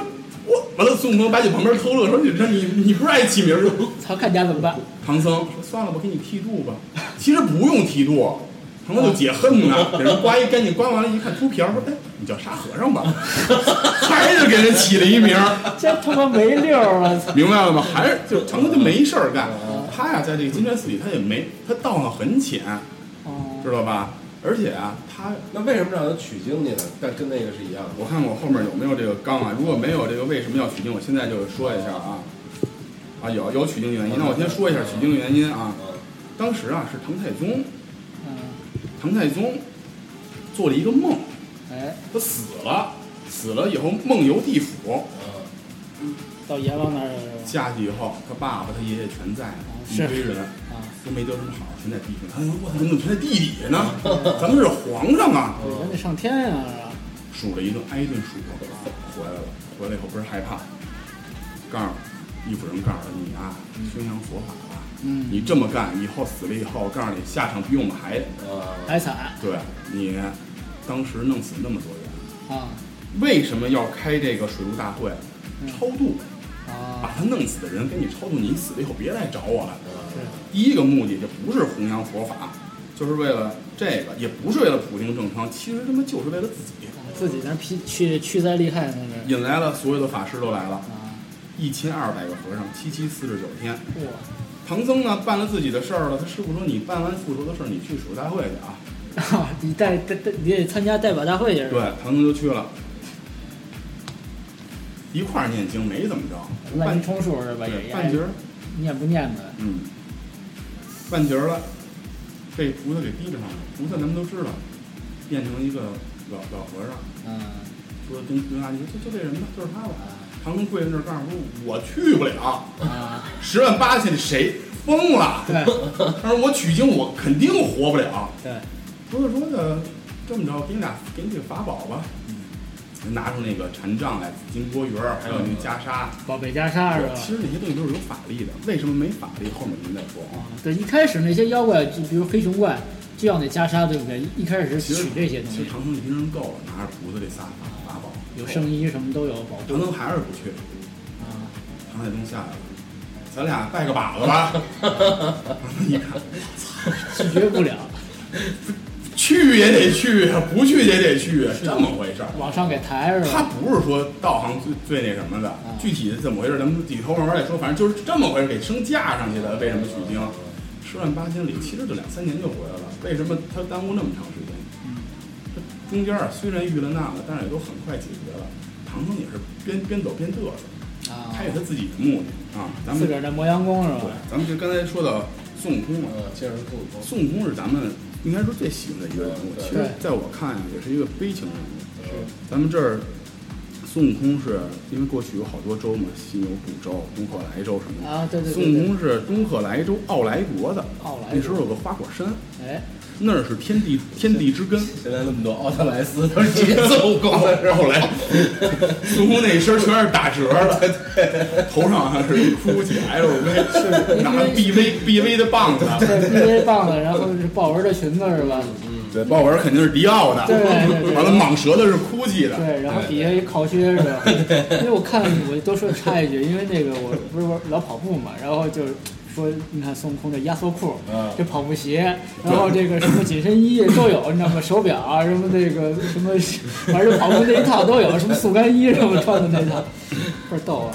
C: 我完了。”孙悟空把你旁边偷乐说：“你这你你不是爱起名儿吗
B: 操，看家怎么办？？”
C: *laughs* 唐僧说：“算了吧，给你剃度
B: *laughs*
C: 吧。”其实不用剃度，唐僧就解恨
B: 啊
C: 呢，给人刮一干净，刮完了一看秃瓢，说：“哎，你叫沙和尚吧？” *laughs* 还是给人起了一名儿。
B: 真他妈没溜儿，我
C: *laughs*
B: 操！
C: 明白了吗？还是就是成哥就没事儿干，他呀在这个金山寺里他也没他道行很浅，
B: 哦
C: 知道吧？而且啊，他
A: 那为什么让他取经去呢？但跟那个是一样的。
C: 我看我后面有没有这个纲啊？如果没有这个为什么要取经，我现在就说一下啊啊有有取经原因，那我先说一下取经原因啊。当时啊是唐太宗，
B: 嗯，
C: 唐太宗做了一个梦，
B: 哎，
C: 他死了，死了以后梦游地府，
A: 嗯，
B: 到阎王那儿了是吧？
C: 下去以后他爸爸他爷爷全在，一
B: 是
C: 堆人。
B: 啊，
C: 都没得什么好，全在地上。他说：“我操，你怎么全在地底下呢？咱们是皇上啊
B: 对，咱得上天呀、啊！！”
C: 数了一顿，挨一顿数，回来了。回来以后不是害怕，告诉一府人告诉他你啊，宣扬佛法吧，
B: 嗯
C: 你这么干以后死了以后，我告诉你下场比我们还
A: 啊，
B: 白惨
C: 对你当时弄死那么多人，
B: 啊
C: 为什么要开这个水陆大会？
B: 嗯
C: 超度，把
B: 啊！
C: 他弄死的人给你超度，你死了以后别来找我了。
B: 是
C: 第一个目的就不是弘扬佛法，就是为了这个，也不是为了普定正常，其实他妈就是为了自己。
B: 自己那批去去灾厉害那是
C: 引来了所有的法师都来了，
B: 啊！
C: 一千二百个和尚，七七四十九天。
B: 我
C: 唐僧呢办了自己的事儿了，他师傅说你办完复仇的事儿，你去蜀大会去啊。
B: 啊， *laughs* 你代代代你得参加代表大会去是
C: 对
B: 吧？，
C: 唐僧就去了，一块儿念经没怎么着，
B: 烂
C: 半
B: 泥充数是吧？也
C: 对半截儿，
B: 念不念的？
C: 嗯，半截儿了，被菩萨给逼着上了。菩萨咱们都知道，变成一个老老和尚。
B: 嗯
C: 说跟跟阿姨说，就就这人吧，就是他吧。
B: 啊
C: 唐僧跪在那儿告诉说，我去不了，
B: 啊！
C: *laughs* 十万八千里谁疯了？
B: 对
C: 他说我取经，我肯定活不了。
B: 对，
C: 菩萨说的，这么着，给你俩给你几个法宝吧。
B: 嗯
C: 拿出那个禅杖来，紫金钵盂儿，还有那个袈裟。
B: 宝贝袈裟是吧？
C: 其实那些东西都是有法力的，为什么没法力？后面您再说啊。
B: 啊，对，一开始那些妖怪，就比如黑熊怪，就要那袈裟，对不对？一开始
C: 其
B: 是
C: 实
B: 取这些东
C: 其
B: 西
C: 实，唐僧一人够了，拿着菩萨这仨法宝，
B: 有圣衣什么都有保护
C: 唐僧还是不去。
B: 啊。
C: 唐太宗下来了，咱俩拜个把子吧。 *laughs* 你看，
B: 拒绝不
C: *laughs*
B: 了，
C: 去也得去呀，不去也得去呀，啊这么回事儿。
B: 往上给抬是
C: 他
B: 吧？
C: 不是说道行最最那什么的，具体怎么回事，咱们以后慢慢再说。反正就是这么回事，给升架上去的。为什么取经？十万八千里，其实就两三年就回来了。为什么他耽误那么长时间？这中间啊，虽然遇了难了，但是也都很快解决了。唐僧也是边边走边嘚瑟，
B: 啊，
C: 他有他自己的目的啊。咱
B: 自
C: 们
B: 个儿那磨洋工是
C: 对
B: 吧？，
C: 咱们就刚才说到孙悟空嘛，
A: 嗯，接着说悟空。
C: 孙悟空是咱们应该说最喜欢的一个人物。
A: 对
C: 其实
B: 对，
C: 在我看呀，也是一个悲情人物。
A: 是
C: 咱们这儿，孙悟空是因为过去有好多州嘛，西牛不州、东克莱州什么的。
B: 啊，对对对
C: 孙悟
B: 对，
C: 空是东克莱州傲来国的，
B: 奥莱
C: 那时候有个花果山，
B: 哎，
C: 那儿是天地天地之根。
B: *laughs*
A: 现在那么多奥特莱斯都是节奏高的时候
C: 后来，孙悟空那一身全是打折的，头上好像是一 GUCCI、LV，拿着 BV、BV 的棒子，
B: 对 BJ 棒子，然后是豹纹的裙子是吧？
C: 对，豹纹肯定是迪奥的，
B: 对对对
C: 完了蟒蛇的是 GUCCI 的，
B: 对，然后底下一靠靴是吧？因为我看我多说插一句，因为那个我不是我老跑步嘛，然后就是说你看孙悟空的压缩裤
A: 嗯，
B: 这跑步鞋，然后这个什么紧身衣都有，你知道吗？手表啊，什么那个什么，反正跑步那一套都有，什么速干衣什么穿的那套，倍儿逗啊！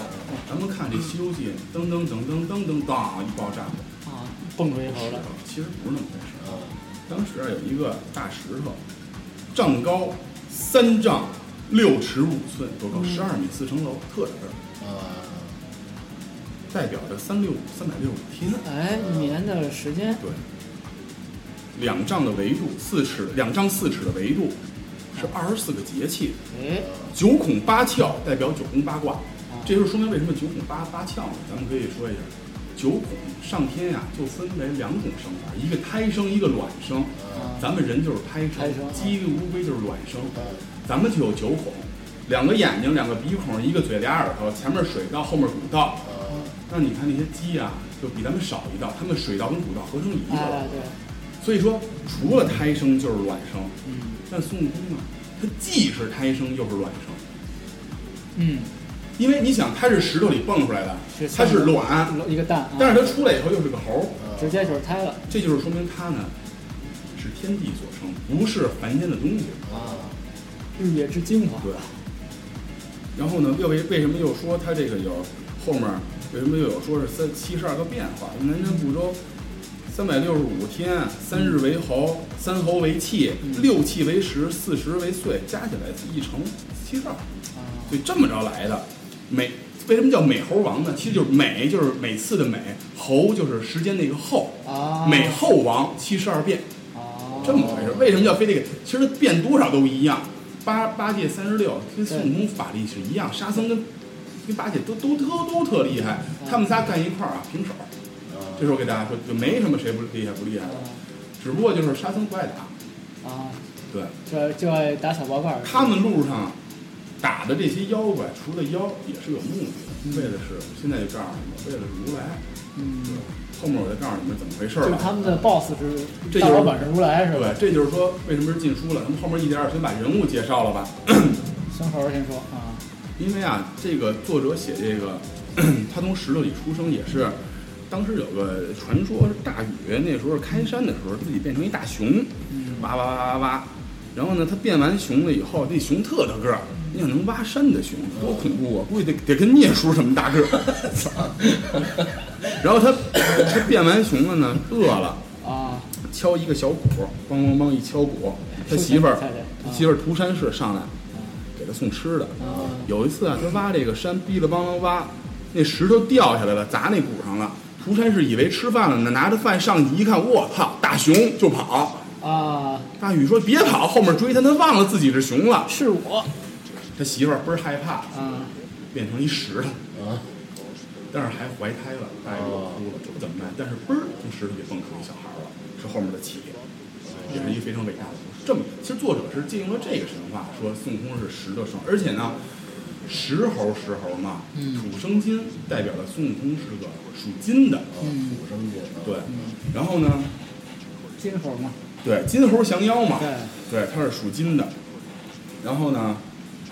C: 咱们看这《西游记》，噔噔噔噔噔噔当一爆炸，
B: 啊，蹦出一头来，
C: 其实不是那么回事。当时啊有一个大石头，丈高三丈六尺五寸，多
B: 嗯
C: 高？十二米四层楼，特大个儿，
A: 啊，
C: 代表着三六三百六十五天。
B: 哎，一年的时间
C: 对，两丈的维度，四尺两丈四尺的维度，是二十四个节气，
B: 哎，
C: 九孔八窍代表九宫八卦，
B: 哦
C: 这就是说明为什么九孔八八窍呢？咱们可以说一下，九孔上天呀、就分为两种生法，一个胎生，一个卵生。咱们人就是胎
B: 啊胎生啊
C: 生，鸡乌龟就是卵生，咱们就有九孔，两个眼睛，两个鼻孔，一个嘴，俩耳朵，前面水道，后面古道。
B: 啊
C: 那你看那些鸡啊，就比咱们少一道，它们水道跟古道合成一个了。
B: 哎，对，
C: 所以说，除了胎生就是卵生，
B: 嗯
C: 但孙悟空呢，他既是胎生又是卵生。
B: 嗯，
C: 因为你想，它是石头里蹦出来的
B: 是，
C: 它是卵，
B: 一个蛋，啊
C: 但是它出来以后又是个猴儿，
B: 直接就是胎了，
C: 这就是说明它呢是天地所生，不是凡间的东西。
A: 啊，
B: 日月之精华，
C: 对。然后呢，又为为什么又说它这个有后面为什么又有说是三七十二个变化？南征不周，三百六十五天，三日为猴，三猴为气，
B: 嗯
C: 六气为时，四十为岁，加起来一乘七十二。
B: 啊，
C: 对，这么着来的。美为什么叫美猴王呢？其实就是美，就是每次的美，猴就是时间的一个后，
B: 啊
C: 美猴王七十二变，
B: 哦，
C: 这么回事。为什么叫非这个？其实变多少都一样，八八戒三十六跟孙悟空法力是一样，沙僧跟跟八戒都都特都特厉害，他们仨干一块儿啊，平手。这时候给大家说，就没什么谁不厉害不厉害的，
B: 嗯
C: 只不过就是沙僧不爱打，
B: 啊，
C: 对。
B: 这就爱打小报告儿，
C: 他们路上打的这些妖怪，除了妖也是有目的，嗯为的是现在就告诉你们，为了是如来。
B: 嗯，
C: 后面我再告诉你们怎么回事
B: 就
C: 儿
B: 是
C: 吧。
B: 他们的 boss 是
C: 这就是
B: 大老板是如来是吧？
C: 对，这就是说为什么是禁书了。咱们后面一点点先把人物介绍了吧，
B: 孙猴儿先说啊，
C: 因为啊，这个作者写这个， *clears throat* 他从石头里出生也是，当时有个传说是大禹那时候开山的时候自己变成一大熊，
B: 嗯
C: 哇哇哇哇哇，然后呢，他变完熊了以后，那熊特大个儿，你想能挖山的熊，多恐怖啊！估计得得跟聂叔什么大个儿。操然后他他变完熊了呢，饿了， *laughs*
B: 啊，
C: 敲一个小鼓，梆梆梆一敲鼓，他媳妇儿
B: 太太
C: 他媳妇儿涂山氏上来给他送吃的。有一次啊，他挖这个山，逼了梆梆挖，那石头掉下来了，砸那鼓上了。涂山氏以为吃饭了呢，拿着饭上去一看，我操，大熊就跑。
B: 啊，
C: 大禹说：“别跑，后面追他，他忘了自己是熊了。
B: 是我，”
C: 他媳妇儿倍儿害怕，
B: 啊，
C: 变成一石头，
A: 啊，
C: 但是还怀胎了。大禹就哭了，这不怎么办？但是嘣儿从石头里蹦出一小孩儿了，是后面的企业，也是一个非常伟大的故事。这么，其实作者是借用了这个神话，说孙悟空是石头生，而且呢，石猴石猴嘛，土生金代表了孙悟空是个属金的，
A: 土生金，
C: 对。然后呢，
B: 金猴儿嘛，
C: 对金猴降妖嘛，
B: 对，
C: 对，它是属金的。然后呢，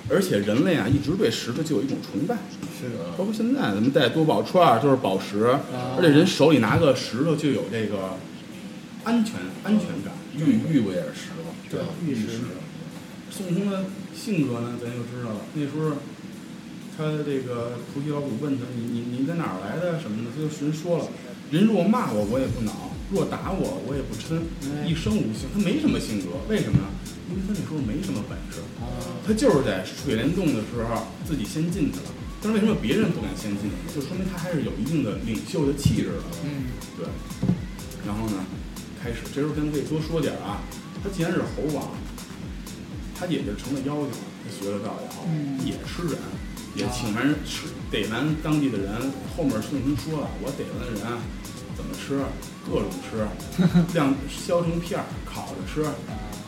C: 而且人类啊一直对石头就有一种崇拜，
B: 是啊的，
C: 包括现在咱们戴多宝串儿就是宝石，而且人手里拿个石头就有这个安全安全感。
A: 玉玉不也是石吗？
C: 对
B: 玉石
C: 石。孙悟空的性格呢，咱就知道了。那时候，他这个菩提老祖问他：“你你你在哪儿来的？”什么的，他就寻说了：“人若骂我，我也不恼；若打我，我也不嗔。
B: 哎
C: 一生无性，他没什么性格，为什么呢？因为他那时候没什么本事，
B: 啊
C: 他就是在水帘洞的时候自己先进去了。但是为什么别人都敢先进去？就说明他还是有一定的领袖的气质的。
B: 嗯，
C: 对，然后呢，开始这时候咱们可以多说点儿啊。他既然是猴王，他也是成了妖精了，他学了道也好，
B: 嗯
C: 也吃人，也请完人吃，逮完当地的人。后面孙悟空说了，我逮完人怎么吃，各种
B: *laughs*
C: 吃，晾削成片儿烤着
B: 啊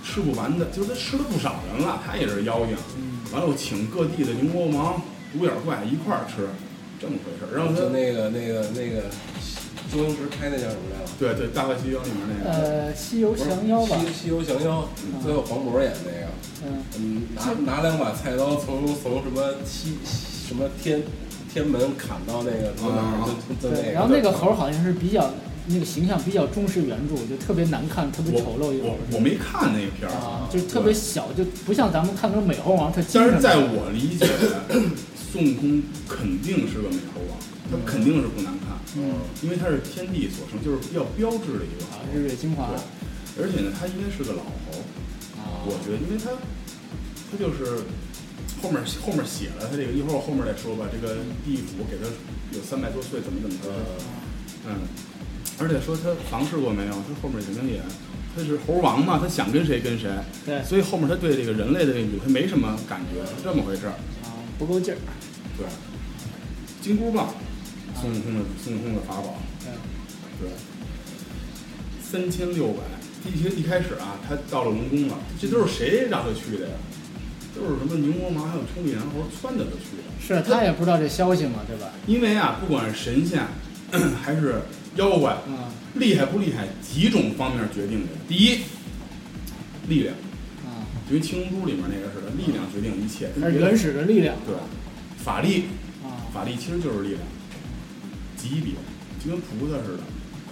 C: 吃，吃不完的，就是他吃了不少人了，他也是妖精。
B: 嗯
C: 完了，我请各地的牛魔王、独眼怪一块儿吃，这么回事儿。然后他
A: 就那个那个那个周星驰拍那叫什么来着？
C: 对对，《大话西游》里面那个。
B: 呃，西游降妖吧，
A: 西西游降妖，最后黄渤演那个，
B: 嗯，
A: 嗯，拿拿两把菜刀从从什么西什么天天门砍到那个从哪儿就就那
B: 对，
A: 个。
B: 然后那个猴儿好像是比较那个形象比较重视原著，就特别难看，特别
C: 我
B: 丑陋一个猴
C: 我
B: 儿
C: 我没看那个片儿，
B: 啊，就特别小，就不像咱们看那个美猴王，他精
C: 但
B: 神
C: 是在我理解，孙悟空肯定是个美猴王，他肯定是不难看，
B: 嗯
C: 因为他是天地所生，就是比较标志的一个
B: 啊
C: 猴。，
B: 日月精华
C: 对，而且呢，他应该是个老猴，
B: 啊
C: 我觉得，因为他他就是后面后面写了他这个，一会儿我后面再说吧。这个地府给他有三百多岁，怎么怎么着，嗯，而且说他房事过没有，他后面肯定也他他是猴王嘛，他想跟谁跟谁，
B: 对，
C: 所以后面他对这个人类的这个他没什么感觉，是这么回事儿。
B: 啊，不够劲儿，
C: 对，金箍棒，孙悟空的孙悟空的法宝，
B: 对，
C: 对，三千六百。一开一开始啊，他到了龙宫了，这都是谁让他去的呀？都是什么牛魔王还有丘比南猴撺掇他去的。
B: 是他也不知道这消息嘛，对吧？
C: 因为啊，不管是神仙 *clears throat* 还是妖怪，
B: 嗯
C: 厉害不厉害，几种方面决定的。第一，力量，
B: 啊，
C: 就跟青龙珠里面那个似的，力量决定一切。
B: 还是原始的力量
C: 对，法力，
B: 啊，
C: 法力其实就是力量，级别，就跟菩萨似的。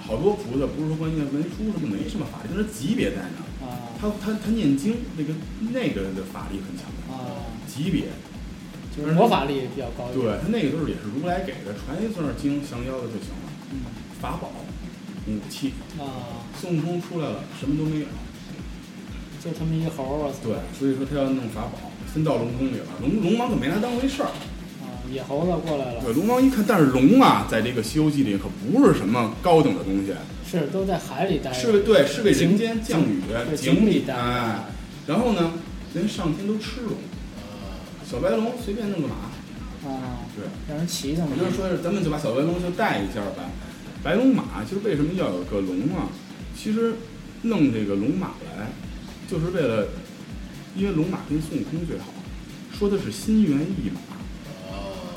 C: 好多菩萨不是说关键文书什么没什么法力，但是级别在那儿。
B: 啊
C: 他他他念经那个那个的法力很强
B: 啊，
C: 级别，
B: 就是魔法力比较高一点，
C: 对他那个都是也是如来给的，传一段经降妖的就行了。
B: 嗯
C: 法宝、武器，
B: 啊，
C: 孙悟空出来了什么都没有。
B: 就他们一猴儿，我操，
C: 对，所以说他要弄法宝，分到龙宫里了。龙龙王可没拿当回事儿。
B: 啊，野猴子过来了，
C: 对，龙王一看，但是龙啊，在这个《西游记》里可不是什么高等的东西，
B: 是都在海里待着，
C: 是为对，是为人间
B: 井
C: 降雨
B: 对，井
C: 井
B: 里
C: 里
B: 待着
C: 哎。然后呢，人上天都吃龙，小白龙随便弄个马。
B: 啊，
C: 对，
B: 让人骑上嘛，
C: 我就是说，咱们就把小白龙就带一下吧。白龙马其实为什么要有个龙啊？其实弄这个龙马来，就是为了，因为龙马跟孙悟空最好，说的是心猿意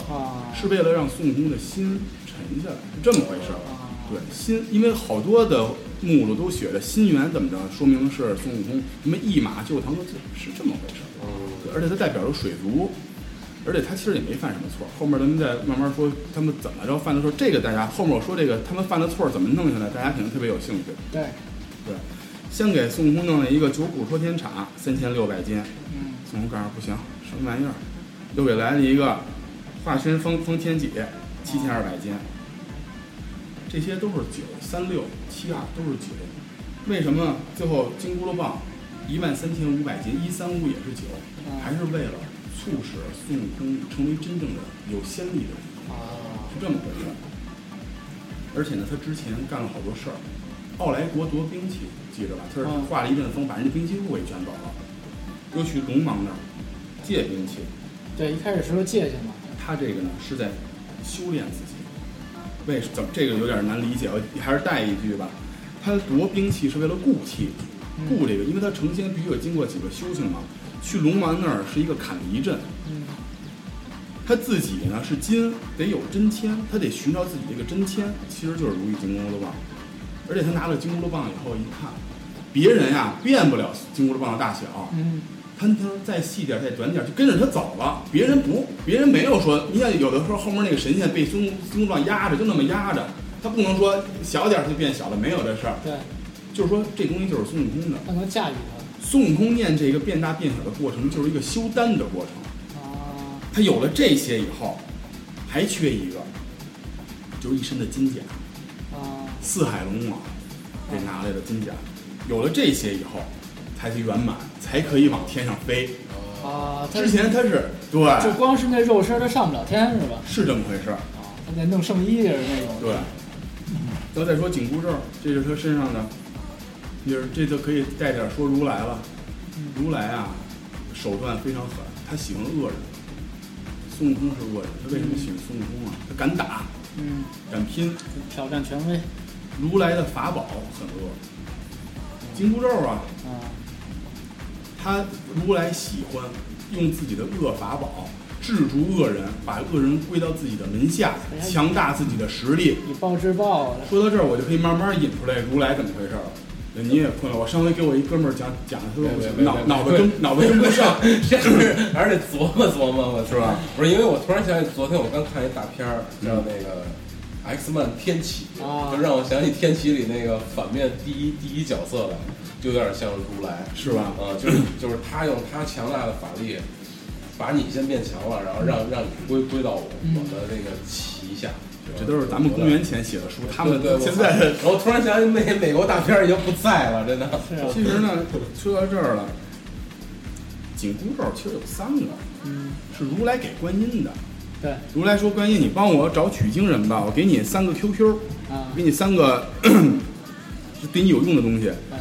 C: 马，
B: 啊，
C: 是为了让孙悟空的心沉下来，是这么回事儿
B: 啊，
C: 吧？对，心，因为好多的目录都写着心猿怎么着，说明是孙悟空，什么意马救唐僧，是这么回事儿。对而且它代表着水族，而且它其实也没犯什么错。后面咱们再慢慢说他们怎么着犯的错，这个大家后面我说这个他们犯的错怎么弄下来，大家肯定特别有兴趣。
B: 对，
C: 对，先给孙悟空弄了一个九股托天铲，三千六百斤。
B: 嗯
C: 孙悟空告诉不行，什么玩意儿？又给来了一个化身方方天戟，七千二百斤。这些都是九三六七二都是九，为什么最后金箍噜棒一万三千五百斤一三五也是九？还是为了促使孙悟空成为真正的有先例的人，
B: 啊，
C: 是这么回事儿。而且呢，他之前干了好多事儿，奥莱国夺兵器，记着吧？他是
B: 嗯
C: 画了一阵风，把人家兵器库给卷走了，又去龙王那儿借兵器。
B: 对，一开始是说借去嘛，
C: 他这个呢是在修炼自己，为什么？这个有点难理解，我还是带一句吧。他夺兵器是为了固气，固这个，因为他成仙必须得经过几个修行嘛。去龙王那儿是一个砍离阵，
B: 嗯
C: 他自己呢是金，得有真签，他得寻找自己这个真签，其实就是如意金箍噜棒。而且他拿了金箍噜棒以后一看，别人呀、变不了金箍噜棒的大小，
B: 嗯，
C: 他他再细点儿再短点儿就跟着他走了，别人不，别人没有说，你看有的时候后面那个神仙被孙悟孙悟空压着，就那么压着，他不能说小点儿就变小了，没有这事儿，
B: 对，
C: 就是说这东西就是孙悟空的。
B: 他能驾驭
C: 孙悟空念这个变大变小的过程，就是一个修丹的过程。
B: 它，啊，
C: 他有了这些以后，还缺一个，就是一身的金甲，
B: 啊，
C: 四海龙王给拿来的金甲。有了这些以后，才是圆满，才可以往天上飞。
B: 啊，他
C: 之前他是对，
B: 就光是那肉身儿，他上不了天是吧？
C: 是这么回事儿，
B: 啊，他得弄圣衣就是那种，
C: 对。然后再说紧箍咒，这就是他身上的，就是这就可以带点说如来了。如来啊，手段非常狠，他喜欢恶人。孙悟空是恶人，他为什么喜欢孙悟空啊？他敢打，
B: 嗯，
C: 敢拼。
B: 挑战权威，啊
C: 如来的法宝很恶，紧箍咒啊，
B: 啊，
C: 他如来喜欢用自己的恶法宝制住恶人，把恶人归到自己的门下，强大自己的实力。
B: 以暴制暴，
C: 说到这儿，我就可以慢慢引出来如来怎么回事了。你也困了，我上回给我一哥们儿讲讲，他说
A: 别别别
C: 我脑
A: 别
C: 脑
A: *laughs*
C: 子跟脑子跟不上，
A: 真是还是得琢磨琢磨嘛，
C: 是吧？
A: 不是，因为我突然想起，昨天我刚看一大片儿，叫那个《X 嗯 Man 天启》，
B: 啊
A: 就让我想起《天启》里那个反面第一第一角色来，就有点像如来，
C: 是吧？
A: 啊，就是 *coughs* 就是他用他强大的法力，把你先变强了，然后让让你归归到我我的那个旗下。
C: 这都是咱们公元前写的书，他们
A: 对对我
C: 现在。
A: 我突然想起美美国大片儿已经不在了，真的。
B: 是啊，
C: *laughs* 其实呢，说到这儿了，紧箍咒其实有三个，
B: 嗯，
C: 是如来给观音的。
B: 对，
C: 如来说：“观音，你帮我找取经人吧，我给你三个 *clears throat* QQ，
B: 啊
C: 给，你三个咳咳就对你有用的东西。
B: 嗯，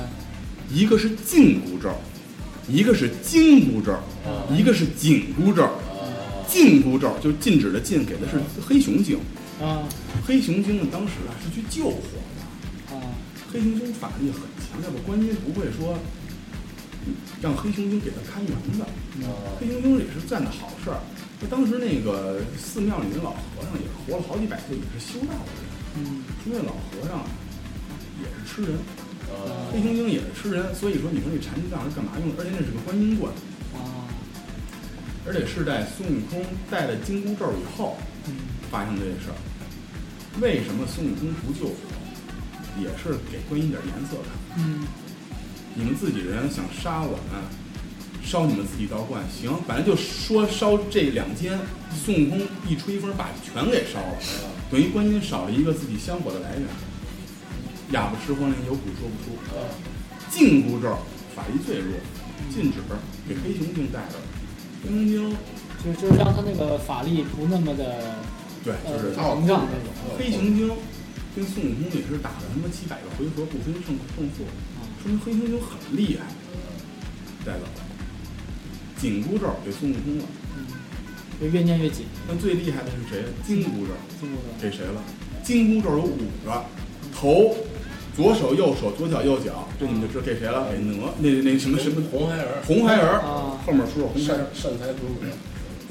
C: 一个是胫骨咒，一个是筋骨咒，一个是紧箍咒。胫骨咒就禁止的禁，给的是黑熊精。
B: 啊
C: 黑熊精呢，当时啊是去救火的。
B: 啊
C: 黑熊精法力很强，要不关街不会说让黑熊精给他看园子。
A: 啊
C: 黑熊精也是干的好事儿。那当时那个寺庙里那老和尚也是活了好几百岁，也是修道的人。
B: 嗯
C: 说那老和尚啊也是吃人，黑熊精也是吃人，所以说你说那禅机杖是干嘛用的？而且那是个观音棍，
B: 啊
C: 而且是在孙悟空带了金箍咒以后
B: 嗯
C: 发生的这事儿。为什么孙悟空不救火？也是给观音点颜色看。
B: 嗯
C: 你们自己人想杀我们，烧你们自己道观行，反正就说烧这两间。孙悟空一吹风把全给烧了，等于观音少了一个自己香火的来源。哑巴吃黄连，有苦说不出。禁锢咒法力最弱，禁止给黑熊精带着。黑熊精
B: 就就是让他那个法力不那么的
C: 对，就
B: 呃
C: 是
B: 膨胀那种。
C: 黑熊精跟孙悟空也是打了他妈几百个回合不分胜胜负，说明黑熊精很厉害。带走了，紧箍咒给孙悟空了，
B: 嗯，就越念越紧，
C: 但最厉害的是谁？金箍咒
B: 听过的。
C: 给谁了？金箍咒有五个，头、左手、右手、左脚、右脚，这你们就知道给谁了？哎给哪？那那那什么什么
A: 红孩儿，
C: 红孩儿
B: 啊，
C: 后面说说红孩儿
A: 善。善财童子，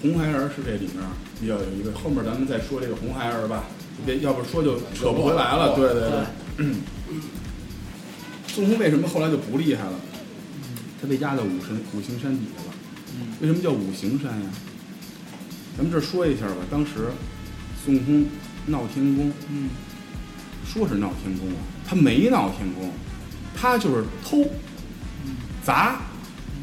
C: 红孩儿是这里面比较有一个，后面咱们再说这个红孩儿吧，别要不说就扯不回来了。对对
B: 哦
C: 对，
B: 啊
C: 孙悟空为什么后来就不厉害了？他被压在五神五行山底下了。
B: 嗯
C: 为什么叫五行山呀？咱们这儿说一下吧。当时孙悟空闹天宫，
B: 嗯
C: 说是闹天宫啊，他没闹天宫，他就是偷
B: 嗯
C: 砸，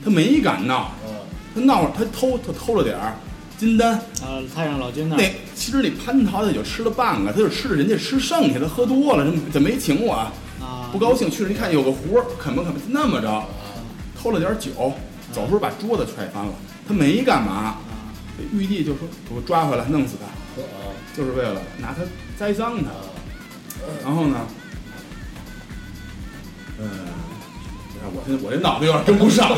C: 他没敢闹，
A: 啊，
C: 他闹他偷他偷了点儿金丹。
B: 啊，太上老君那
C: 那
B: 儿
C: 其实那蟠桃他就吃了半个，他就吃了人家吃剩下的，喝多了，这没请我，
B: 啊，
C: 不高兴去了，一看有个壶，啃吧啃吧，那么着，偷了点酒，走时候把桌子踹翻了，他没干嘛，
B: 啊
C: 玉帝就说给我抓回来弄死他，
A: 说啊 *laughs*
C: 就是为了拿他栽赃他
A: 啊，，
C: 然后呢，嗯，哎我现在我这脑子有点跟不上，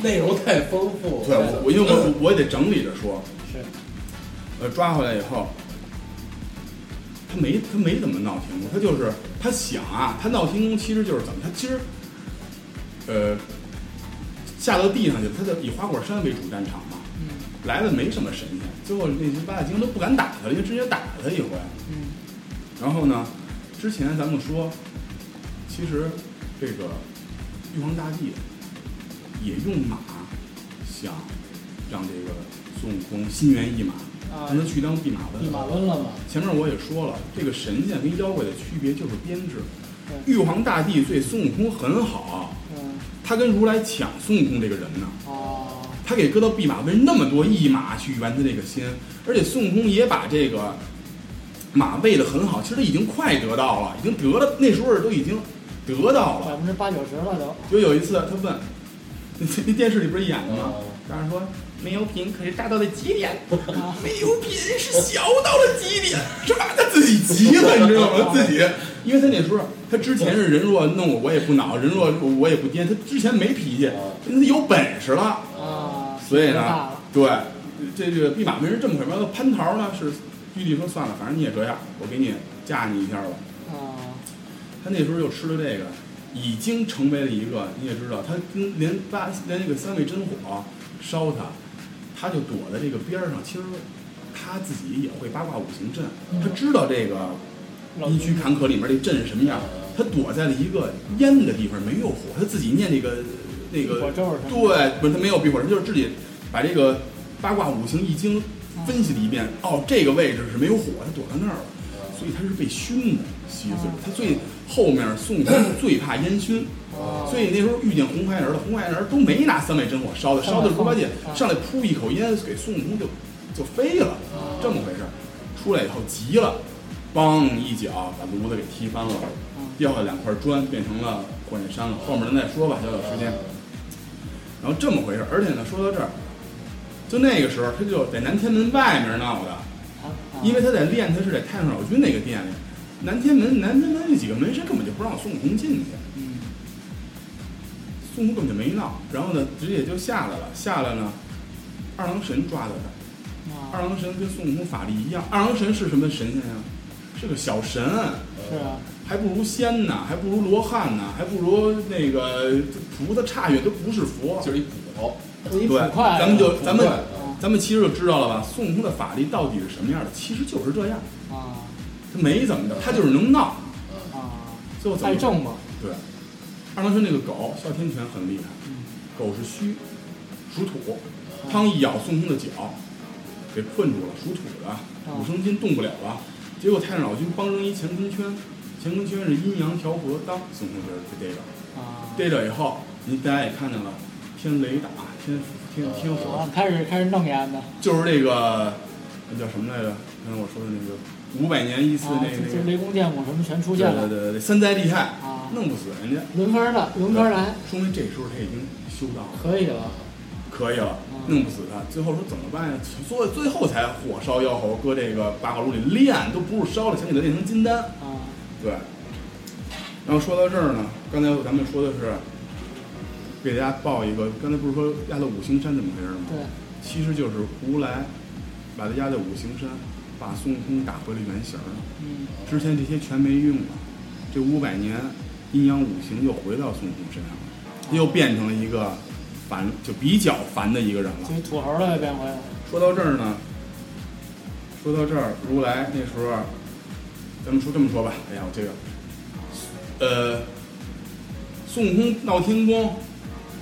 A: 内容太丰富，
C: 对我我因为我我也得整理着说，
B: 是
C: 呃，抓回来以后，他没他没怎么闹天宫，他就是他想啊，他闹天宫其实就是怎么，他其实，呃，下到地上去，他就以花果山为主战场嘛，
B: 嗯
C: 来了没什么神仙，最后那些八大精都不敢打他了，因为之前打了他一回。
B: 嗯
C: 然后呢，之前咱们说，其实这个玉皇大帝也用马想让这个孙悟空心猿意马，
B: 啊
C: 让他去当弼马温。
B: 弼马温了嘛，
C: 前面我也说了，这个神仙跟妖怪的区别就是编制。
B: 对
C: 玉皇大帝对孙悟空很好，
B: 嗯
C: 他跟如来抢孙悟空这个人呢，
B: 哦
C: 他给搁到弼马温那么多一马去圆他这个心，而且孙悟空也把这个马喂得很好，其实他已经快得到了，已经得了，那时候都已经得到了
B: 百。分之八九十了都，
C: 就有一次他问，那那电视里不是演的吗
A: 哦？
C: 当时说没有品可是大到了极点， *laughs* 没有品是小到了极点，这把他自己急了，你知道吗？自己，因为他那时候他之前是人若弄我我也不恼，人若我也不颠，他之前没脾气，
A: 哦
C: 他有本事了，
B: 啊，
C: 所以
B: 太大
C: 呢
B: 了，
C: 对，这这个弼马温是这么回事儿。蟠桃呢是玉帝说算了，反正你也这样，我给你嫁你一下吧。
B: 啊，
C: 他那时候就吃了这个，已经成为了一个，你也知道，他跟连八连那个三味真火烧他，他就躲在这个边儿上。其实他自己也会八卦五行阵，他知道这个
B: 老
C: 阴虚坎坷里面这阵是什么样，他躲在了一个烟的地方，没有火，他自己念这个那个
B: 火咒是吧
C: 对，不是他没有避火，他就是自己把这个八卦五行易经
B: 嗯
C: 分析了一遍，哦，这个位置是没有火，他躲到那儿了，所以他是被熏的吸走
B: 哦
C: 他最后面孙悟空最怕烟熏。
B: 哦
C: 所以那时候遇见红孩儿了，红孩儿都没拿三昧真火烧的，烧的是猪八戒
B: 哦
C: 上来扑一口烟，给孙悟空就就飞了，这么回事儿。出来以后急了，梆一脚把炉子给踢翻了，掉下两块砖变成了火焰山了。后面咱再说吧，要有时间。然后这么回事儿，而且呢，说到这儿，就那个时候他就在南天门外面闹的，
B: 啊啊
C: 因为他在练，他是在太上老君那个殿里。南天门，南天门那几个门神根本就不让孙悟空进去。
B: 嗯
C: 父母根本就没闹，然后呢，直接就下来了。下来呢，二郎神抓到他。二
B: 啊，
C: 郎神跟孙悟空法力一样，二郎神是什么神仙呀、是个小神，
B: 是啊，
C: 还不如仙呢，还不如罗汉呢，还不如那个菩萨差远都不是佛。
A: 就是一骨头，
B: 自己
C: 对，
B: 捕快，
C: 咱们就咱们
A: 捕快啊
C: 咱们其实就知道了吧？孙悟空的法力到底是什么样的？其实就是这样，
B: 啊
C: 他没怎么着，他就是能闹。
B: 啊，
C: 最后怎么
B: 太正吧，
C: 对，二郎神那个狗哮天犬很厉害，
B: 嗯
C: 狗是虚，属土，汤一咬孙悟空的脚，给困住了，属土的，
B: 哦
C: 五生金动不了了。结果太上老君帮扔一乾坤圈，乾坤圈是阴阳调和，当孙悟空就逮着了，
B: 啊，
C: 逮着以后，您大家也看见了，天雷打，天天天火，
B: 啊，开始开始弄烟的，
C: 就是这个那叫什么来着？刚才我说的那个五百年一次
B: 啊，
C: 那
B: 就
C: 个
B: 就
C: 那
B: 雷公电母什么全出现了，
C: 个，对对对对，三灾厉害
B: 啊，
C: 弄不死人家。
B: 轮番的轮番来，
C: 说明这时候他已经修到了，
B: 可以了，
C: 可以
B: 啊
C: 了，弄不死他。最后说怎么办呀？所以最后才火烧妖猴，搁这个八卦炉里炼，都不是烧了，想给他炼成金丹。
B: 啊
C: 对。然后说到这儿呢，刚才咱们说的是给大家报一个，刚才不是说压到五行山怎么回事吗？
B: 对，
C: 其实就是胡来把他压在五行山，把孙悟空打回了原形儿了。
B: 嗯
C: 之前这些全没用了，这五百年阴阳五行又回到孙悟空身上了，又变成了一个烦，就比较烦的一个人了
B: 就。是土猴了变回来了，
C: 说到这儿呢，说到这儿，如来那时候，啊咱们说这么说吧，哎呀，我这个，呃，孙悟空闹天宫，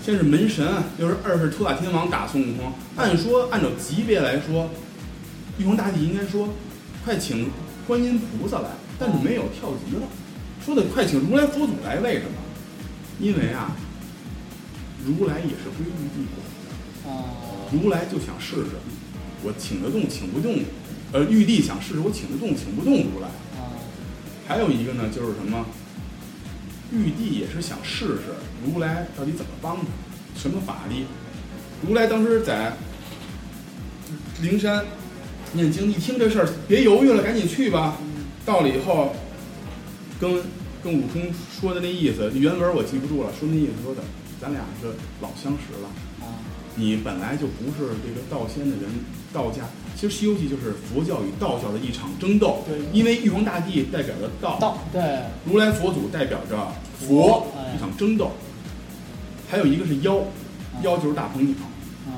C: 先是门神，啊又是二是托塔天王打孙悟空。按说按照级别来说，玉皇大帝应该说，快请观音菩萨来，但是没有跳级了，说的快请如来佛祖来，为什么？因为啊，如来也是归玉帝管的。
B: 啊
C: 如来就想试试，我请得动，请不动。呃，玉帝想试试我请得动，请不动如来。
B: 啊
C: 还有一个呢，就是什么，玉帝也是想试试如来到底怎么帮他，什么法力。如来当时在灵山念经，一听这事儿，别犹豫了，赶紧去吧。到了以后，跟跟悟空说的那意思，原文我记不住了，说那意思说的，咱俩是老相识了。
B: 啊
C: 你本来就不是这个道仙的人，道家其实《西游记》就是佛教与道教的一场争斗。
B: 对
C: 因为玉皇大帝代表着道，
B: 道对
C: 如来佛祖代表着佛，
B: 哎
C: 一场争斗。还有一个是妖，
B: 啊
C: 妖就是大鹏鸟，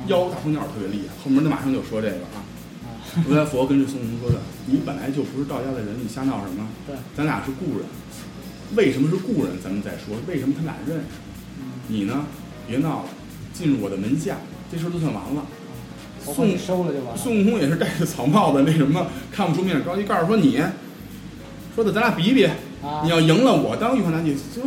C: 妖大鹏鸟特别厉害。后面他马上就说这个啊，
B: 啊
C: 如来佛跟这孙悟空说的：“你本来就不是道家的人，你瞎闹什么？
B: 对，
C: 咱俩是故人。为什么是故人？咱们再说。为什么他们俩认识？
B: 嗯，
C: 你呢？别闹了，进入我的门下，这事儿就算完了。”
B: 嗯我把你收了就完了，
C: 孙悟空也是戴着草帽子，那什么看不出面，着急告诉说你，说的咱俩比一比，
B: 啊
C: 你要赢了我当玉皇大帝。说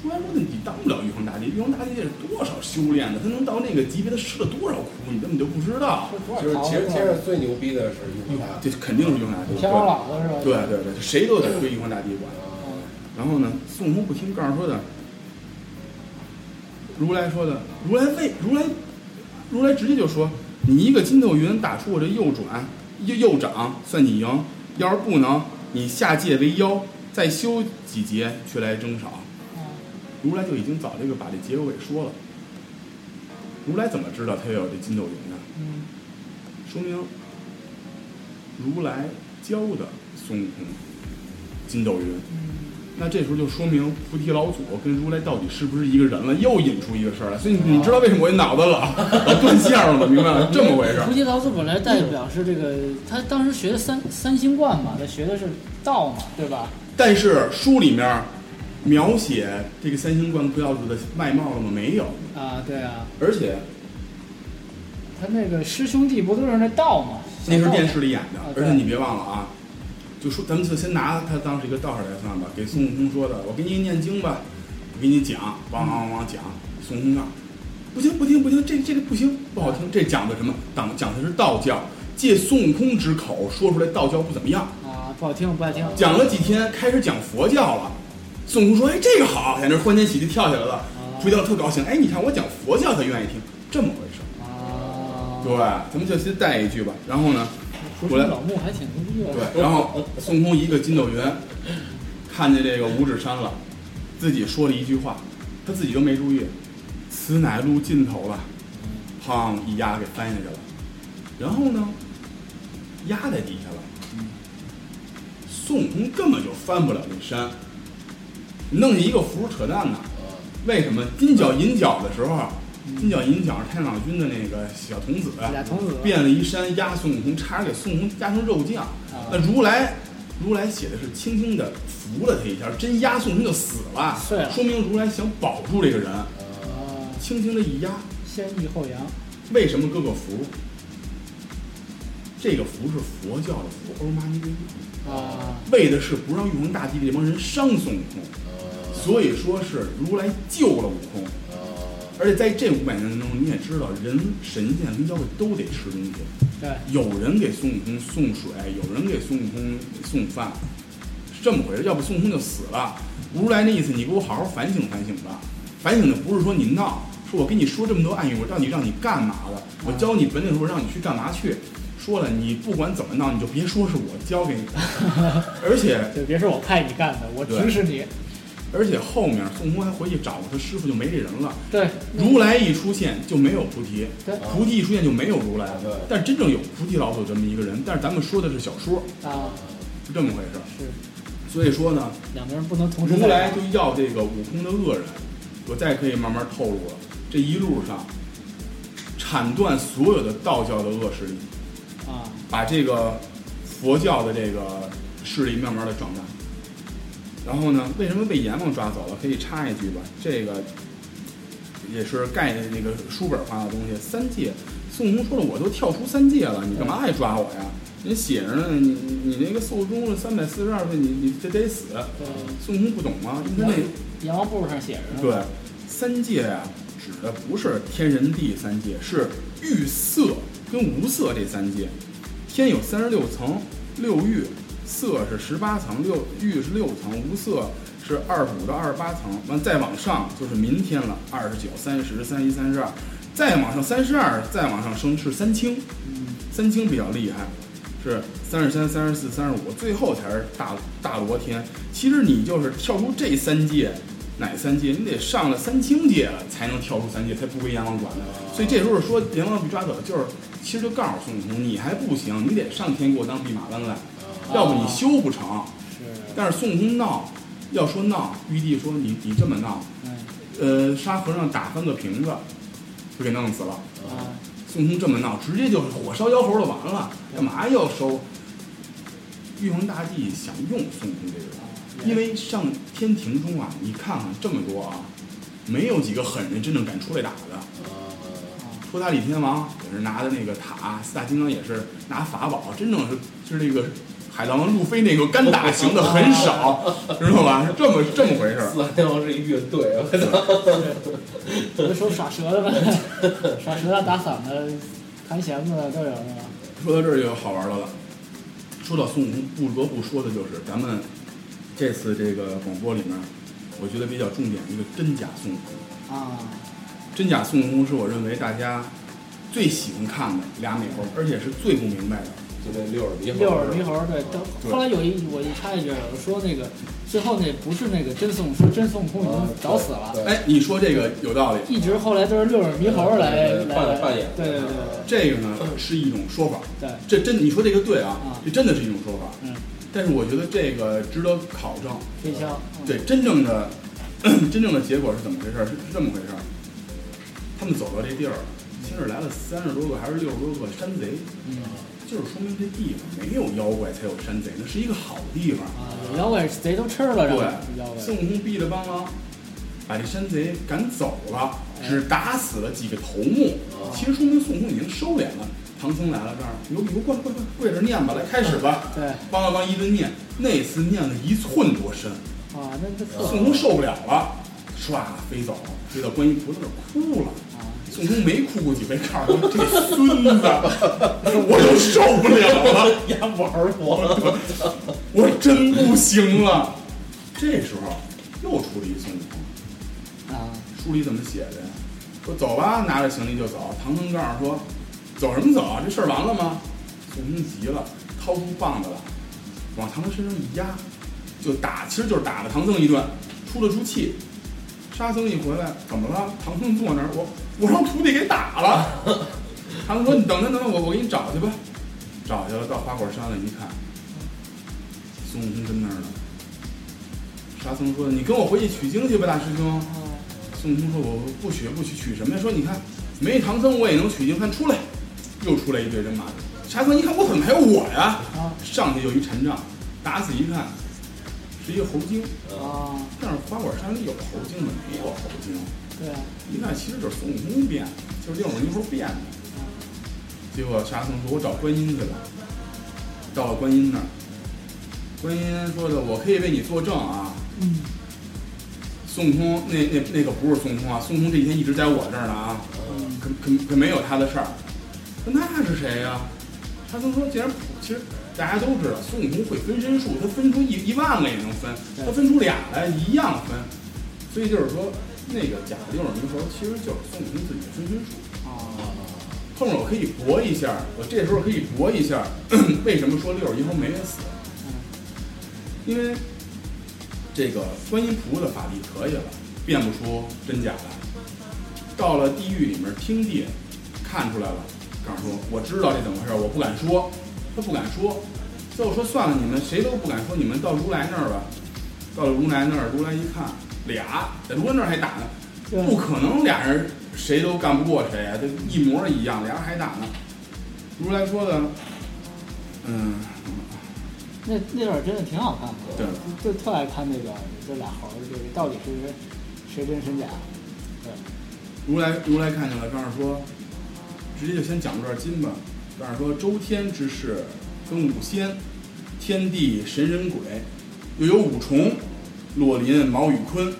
C: 说来说去你当不了玉皇大帝，玉皇大帝这是多少修炼的，他能到那个级别，他吃了多少苦，你根本就不知道。
A: 就是其实天上最牛逼的是玉皇大帝
C: 这肯定是玉皇大帝，
B: 天王老子是吧？
C: 对对对对，谁都得归玉皇大帝管。
A: 啊，
C: 然后呢，孙悟空不听告诉说的，如来说的，如来为如来，如来直接就说，你一个筋斗云打出我这右转右右掌，算你赢；要是不能，你下界为妖，再修几劫去来争吵。如来就已经早这个把这结尾说了。如来怎么知道他有这筋斗云呢？
B: 嗯
C: 说明如来教的孙悟空筋斗云。
B: 嗯，
C: 那这时候就说明菩提老祖跟如来到底是不是一个人了，又引出一个事儿来。所以你你知道为什 *laughs* 么我脑子老老断线儿了吗？明白吗？这么回事儿
B: 菩。提老祖本来代表是这
C: 嗯
B: 个，他当时学的三三星观嘛，他学的是道嘛，对吧？
C: 但是书里面描写这个三星观菩提老祖的外貌了吗？没有，
B: 啊，对啊，
C: 而且
B: 他那个师兄弟不都是那道嘛？
C: 那是电
B: 道
C: 视里演的
B: 啊。对
C: 而且你别忘了啊，就说咱们就先拿他当是一个道士来算吧，给孙悟空说的，我给你念经吧，我给你讲，汪汪汪讲，孙悟空啊，不行不听不听，这这个不行，不好听，这讲的什么？讲讲的是道教，借孙悟空之口说出来道教不怎么样。
B: 啊，不好听不爱听，
C: 讲了几天，开始讲佛教了。孙悟空说：“哎，这个好！”在那欢天喜地跳起来
B: 啊
C: 了。回到特高兴，哎，你看我讲佛教，他愿意听，这么回事儿。
B: 啊，
C: 对，咱们就先带一句吧。然后呢，
B: 菩提老木还挺牛逼的，
C: 对，然后孙悟空一个筋斗云，看见这个五指山了，自己说了一句话，他自己都没注意，此乃路尽头了，砰一压给翻下去了，然后呢，压在底下了。孙悟空根本就翻不了那山，弄一个符扯淡呢。为什么金角银角的时候，金角银角是太上老君的那个嗯小童子，
B: 俩童子
C: 变了一山压孙悟空，差点给孙悟空压成肉酱。
B: 啊
C: 那如来，如来写的是轻轻的扶了他一下，真压孙悟空就死了，
B: 碎了
C: 说明如来想保住这个人，
B: 啊，
C: 轻轻的一压。
B: 先抑后扬，
C: 为什么割个符？这个符是佛教的符，欧妈尼龟
B: 啊，
C: 为的是不让玉皇大帝这帮人伤孙悟空，
B: 啊
C: 所以说是如来救了悟空。而且在这五百年当中，你也知道，人、神仙、灵小鬼都得吃东西，
B: 对，
C: 有人给孙悟空送水，有人给孙悟空送饭，是这么回事。要不孙悟空就死了。如来那意思，你给我好好反省反省吧。反省的不是说你闹，是我跟你说这么多暗语，我到底让你干嘛
B: 啊
C: 了？我教你本领的时候让你去干嘛去？说了，你不管怎么闹，你就别说是我教给你的。
B: *laughs*
C: 而且
B: 就别说我派你干的，我指使你，
C: 而且后面孙悟空还回去找过他师傅，就没这人了。
B: 对，
C: 如来一出现就没有菩提，
B: 对
C: 菩提一出现就没有如来
A: 对
C: 了。但真正有菩提老祖这么一个人，但是咱们说的是小说，
B: 啊，
C: 是这么回事。
B: 是
C: 所以说呢，
B: 两个人不能同时
C: 如
B: 在
C: 来就要这个悟空的恶人，我再可以慢慢透露了。这一路上，铲断所有的道教的恶势力，
B: 啊，
C: 把这个佛教的这个势力慢慢的壮大。然后呢，为什么被阎王抓走了？可以插一句吧，这个也是盖那个书本上的东西。三界，孙悟空说了，我都跳出三界了，你干嘛还抓我呀？人写着呢，你你你那个寿终是三百四十二岁，你你这得死。
B: 对，
C: 孙悟空不懂吗？因为
B: 阎王簿上写着呢，
C: 那对三界啊，指的不是天人地三界，是欲色跟无色这三界。天有三十六层，六欲，色是十八层，六欲是六层，无色是二十五到二十八层。完再往上就是民天了，二十九、三十、三十一、三十二，再往上三十二，再往上升是三清。
B: 嗯，
C: 三清比较厉害，是三十三、三十四、三十五，最后才是大大罗天。其实你就是跳出这三界，哪三界？你得上了三清界了，才能跳出三界，才不归阎王管的。所以这时候说阎王被抓走，就是其实就告诉孙悟空，你还不行，你得上天给我当弼马温来，
A: 啊
C: 要不你修不成。
B: 是，
C: 但是孙悟空闹，要说闹，玉帝说你你这么闹，
B: 嗯，
C: 呃，沙和尚打翻个瓶子，就给弄死了。
B: 啊，
C: 孙悟空这么闹，直接就是火烧腰猴就完了，干嘛要收？玉皇大帝想用孙悟空这个人，因为上天庭中啊，你看看这么多啊，没有几个狠人真正敢出来打的。
A: 啊
C: 托塔李天王也是拿的那个塔，四大金刚也是拿法宝，真正是就是那个海盗王路飞那个干打型的很少，知道吧？是这么这么回事儿。
A: 啊四大天王是一乐队，我操！
B: 有的时候耍折的吧，耍折的、打嗓子、弹弦子的啊都有是吧？
C: 说到这儿就有好玩的了。说到孙悟空，不得不说的就是咱们这次这个广播里面，我觉得比较重点一个真假孙悟空。
B: 啊，
C: 真假孙悟空是我认为大家最喜欢看的俩美猴，而且是最不明白的。
A: 就那六耳猕猴，啊
B: 六耳猕猴，对，都
C: 对
B: 后来有一我一插一句，有说那个最后那不是那个真孙悟空，真孙悟空已经早嗯死了，
A: 啊对
C: 哎，你说这个有道理。
B: 一直后来都是六耳猕猴来
A: 对对对
B: 来
A: 扮
B: 来
A: 扮演
B: 对对对
C: 这个呢是一种说法，
B: 对，
C: 这真你说这个对啊
B: 啊，
C: 这真的是一种说法。
B: 嗯，
C: 但是我觉得这个值得考证。
B: 飞枪，嗯
C: 对，真正的 *clears throat* 真正的结果是怎么回事儿？是是这么回事儿。他们走到这地儿，先是来了三十多个还是六十多个山贼，
B: 嗯
C: 就是说明这地方没有妖怪才有山贼，那是一个好地方。
B: 啊，有妖怪贼都吃了，然后有妖怪
C: 孙悟空逼着帮忙，把这山贼赶走了，
B: 哎
C: 只打死了几个头目。其实说明孙悟空已经收敛了。唐僧来了，这儿有有跪跪跪跪着念吧，来开始吧。
B: 对
C: 帮了帮一顿念，那次念了一寸多深。
B: 啊，那那特
C: 孙悟空受不了了，唰飞走，飞到观音菩萨那儿哭了。孙悟空没哭过几回，告诉他这孙子， *laughs* 我又受不了了，
A: *laughs* 丫玩我，
C: 我真不行了。这时候又出了一孙悟空，
B: 啊
C: 书里怎么写的呀？说走吧，拿着行李就走。唐僧告诉说，走什么走？这事儿完了吗？孙悟空急了，掏出棒子来，往唐僧身上一压，就打，其实就是打了唐僧一顿，出了出气。沙僧一回来，怎么了？唐僧坐那儿，我我让徒弟给打了。唐僧说：“你等着，等等，我我给你找去吧。”找去了，到花果山了，一看，孙悟空跟那儿呢。沙僧说：“你跟我回去取经去吧，大师兄。”孙悟空说：“我不取，不取，取什么呀？”说：“你看，没唐僧我也能取经，看出来。”又出来一堆人马。沙僧一看，我怎么还有我呀？
B: 啊
C: 上去就一禅杖，打死一看，是一个猴精。
B: 啊，
C: 但是花果山里有猴精吗？没有猴精。
B: 对啊，
C: 一看，其实就是孙悟空变的，就是六耳猕猴变的。结果沙僧说：“我找观音去了。”到了观音那儿，观音说的：“我可以为你作证啊。
B: 嗯，”
C: 孙悟空那那那个不是孙悟空啊，孙悟空这几天一直在我这儿呢啊，
B: 嗯
C: 可可可没有他的事儿。说那是谁呀、沙僧说：“既然其实大家都知道，孙悟空会分身术，他分出一一万个也能分，
B: 对
C: 他分出俩来一样分。所以就是说，那个假的六耳猕猴其实就是孙悟空自己的分身术。
B: 啊，
C: 碰上我可以搏一下，我这时候可以搏一下。 *clears throat* 为什么说六耳猕猴没死？因为这个观音菩萨法力可以了，辨不出真假来。到了地狱里面听地，看出来了，告诉说我知道这怎么回事，我不敢说，他不敢说，最后说算了，你们谁都不敢说，你们到如来那儿吧。到了如来那儿，如来一看，俩在如来那儿还打呢，
B: 对啊
C: 不可能俩人谁都干不过谁啊，这一模一样，俩人还打呢。如来说的，嗯，
B: 那那段儿真的挺好看的，
C: 对，
B: 就特爱看那个这俩猴儿，这个到底是谁真谁假？对，
C: 如来如来看见了，告诉说，直接就先讲这段经吧。告诉说，周天之事跟五仙、天地、神人鬼，又有五重、洛林、毛与坤。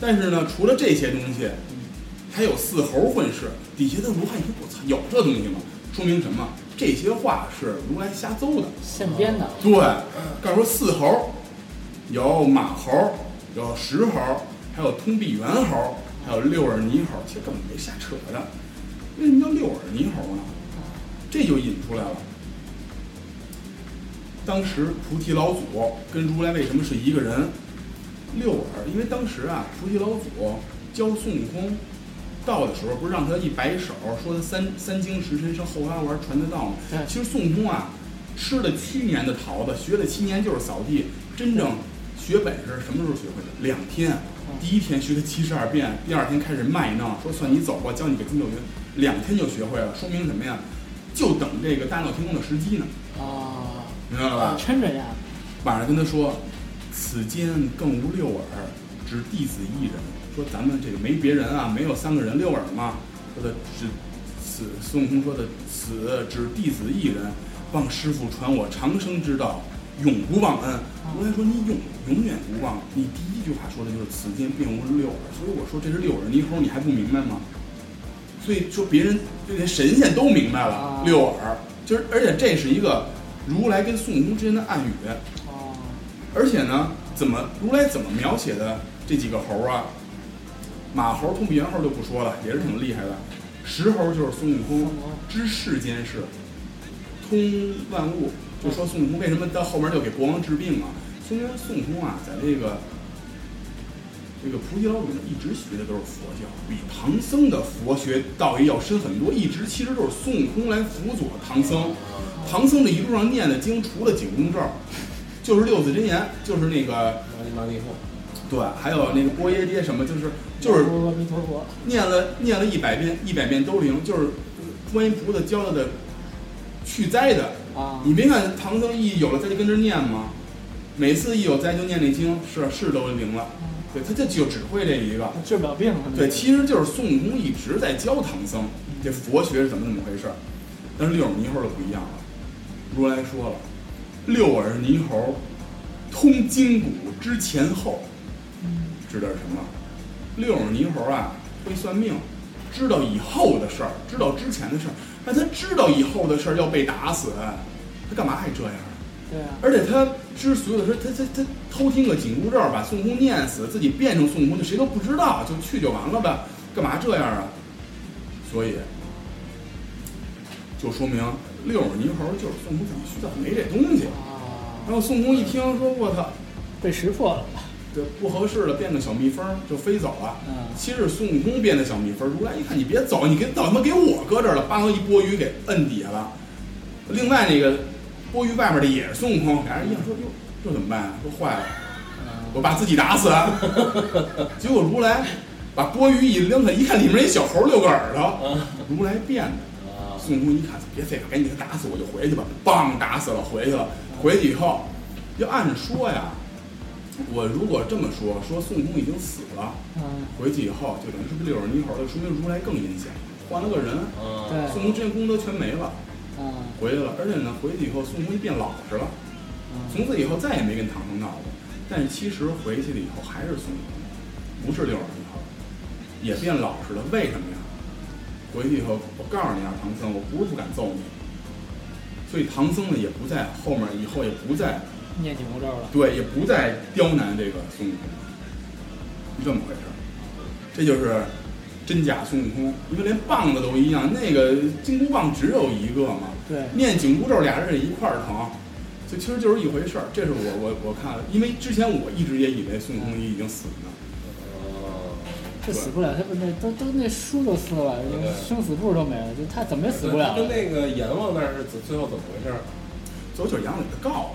C: 但是呢，除了这些东西，还有四猴混世。底下的卢汉一听，我操，有这东西吗？说明什么？这些话是如来瞎诌的。
B: 现编的，
C: 对，告诉说四猴，有马猴，有石猴，还有通臂猿猴，还有六耳猕猴，其实根本没瞎扯的。为什么叫六耳猕猴呢？这就引出来了。当时菩提老祖跟如来为什么是一个人？六耳，因为当时啊，菩提老祖教孙悟空道的时候，不是让他一摆手，说他三三经十神上后花园传的道吗
B: 对？
C: 其实孙悟空啊，吃了七年的桃子，学了七年就是扫地，真正学本事什么时候学会的？两天。第一天学的七十二变，第二天开始卖弄，说算你走吧，教你个筋斗云，两天就学会了，说明什么呀？就等这个大闹天宫的时机呢，
B: 啊，
C: 明白了吧？
B: 抻着呀，
C: 晚上跟他说：“此间更无六耳，只弟子一人。”说咱们这个没别人啊，没有三个人六耳嘛。说的只此孙悟空说的此只弟子一人，望师傅传我长生之道，永不忘恩。如来说你永永远不忘，你第一句话说的就是此间并无六耳，所以我说这是六耳猕猴，你还不明白吗？所以说别人就连神仙都明白了
B: 啊
C: 六耳，就是而且这是一个如来跟孙悟空之间的暗语。
B: 啊，
C: 而且呢，怎么如来怎么描写的这几个猴啊？马猴、通臂猿猴就不说了，也是挺厉害的。石猴就是孙悟空知世间事，通万物，就说孙悟空为什么到后面就给国王治病啊？虽然孙悟空啊，在这个这个菩提老祖呢，一直学的都是佛教，比唐僧的佛学道义要深很多。一直其实就是孙悟空来辅佐唐僧，唐僧这一路上念的经，除了紧箍咒，就是六字真言，就是那个
A: 阿弥陀佛，
C: 对，还有那个波耶爹什么，就是就是
B: 阿弥陀佛，
C: 念了念了一百遍，一百遍都灵，就是观音菩萨教他的去灾的。
B: 啊
C: 你别看唐僧一有了灾就跟着念吗？每次一有灾就念那经，是是都灵了。对，他这就只会这一个。
B: 治不了病可能，
C: 对，其实就是孙悟空一直在教唐僧这佛学是怎么怎么回事儿，但是六耳猕猴就不一样了。如来说了，六耳猕猴通筋骨之前后，指的是什么？六耳猕猴啊会算命，知道以后的事儿，知道之前的事儿，但他知道以后的事儿要被打死，他干嘛还这样啊？
B: 对啊，
C: 而且他知所有的事，他他他偷听个紧箍咒，把孙悟空念死，自己变成孙悟空，这谁都不知道，就去就完了呗，干嘛这样啊？所以就说明六耳猕猴就是孙悟空自己虚造，没这东西。
B: 啊，
C: 然后孙悟空一听说，我操，
B: 被识破了，
C: 对，不合适了变个小蜜蜂儿就飞走了。
B: 嗯
C: 其实孙悟空变的小蜜蜂儿，如来一看你别走，你给早他妈给我搁这儿了，帮我一拨鱼给摁底下了。另外那个拨鱼外面的也是孙悟空，俩人一样说哟，这怎么办、啊？说坏了， *laughs* 我把自己打死啊。 *laughs* 结果如来把拨鱼一扔开，一看里面一小猴六个耳朵，如来变的。
A: 啊，
C: 孙悟空一看，别废话，赶紧给他打死，我就回去吧。梆，打死了，回去了。回去以后，要按说呀，我如果这么说，说孙悟空已经死了，
B: 嗯，
C: 回去以后就等于是不是六耳猕猴了，说明如来更阴险，换了个人，
A: 嗯，
B: 对，
C: 孙悟空之前功德全没了，
B: 嗯
C: 回去了。而且呢，回去以后孙悟空就变老实了，
B: 嗯，
C: 从此以后再也没跟唐僧闹过。但是其实回去了以后还是孙悟空，不是六耳猕猴，也变老实了。为什么呀？回去以后，我告诉你啊，唐僧，我不是不敢揍你。所以唐僧呢，也不在后面，以后也不再
B: 念起魔咒了，
C: 对，也不再刁难这个孙悟空，是这么回事儿。这就是真假孙悟空，因为连棒子都一样，那个金箍棒只有一个嘛。
B: 对，
C: 念紧箍咒俩人也一块儿疼，就其实就是一回事儿。这是我我我看，因为之前我一直也以为孙悟空已经死了呢，
B: 这死不了，他不那都都那书都撕了，
A: 对
B: 生死簿都没了，就他怎么也死不
A: 他
B: 了
A: 跟那个阎王那儿是怎最后怎么回事儿？
C: 最后就是杨伟他告了。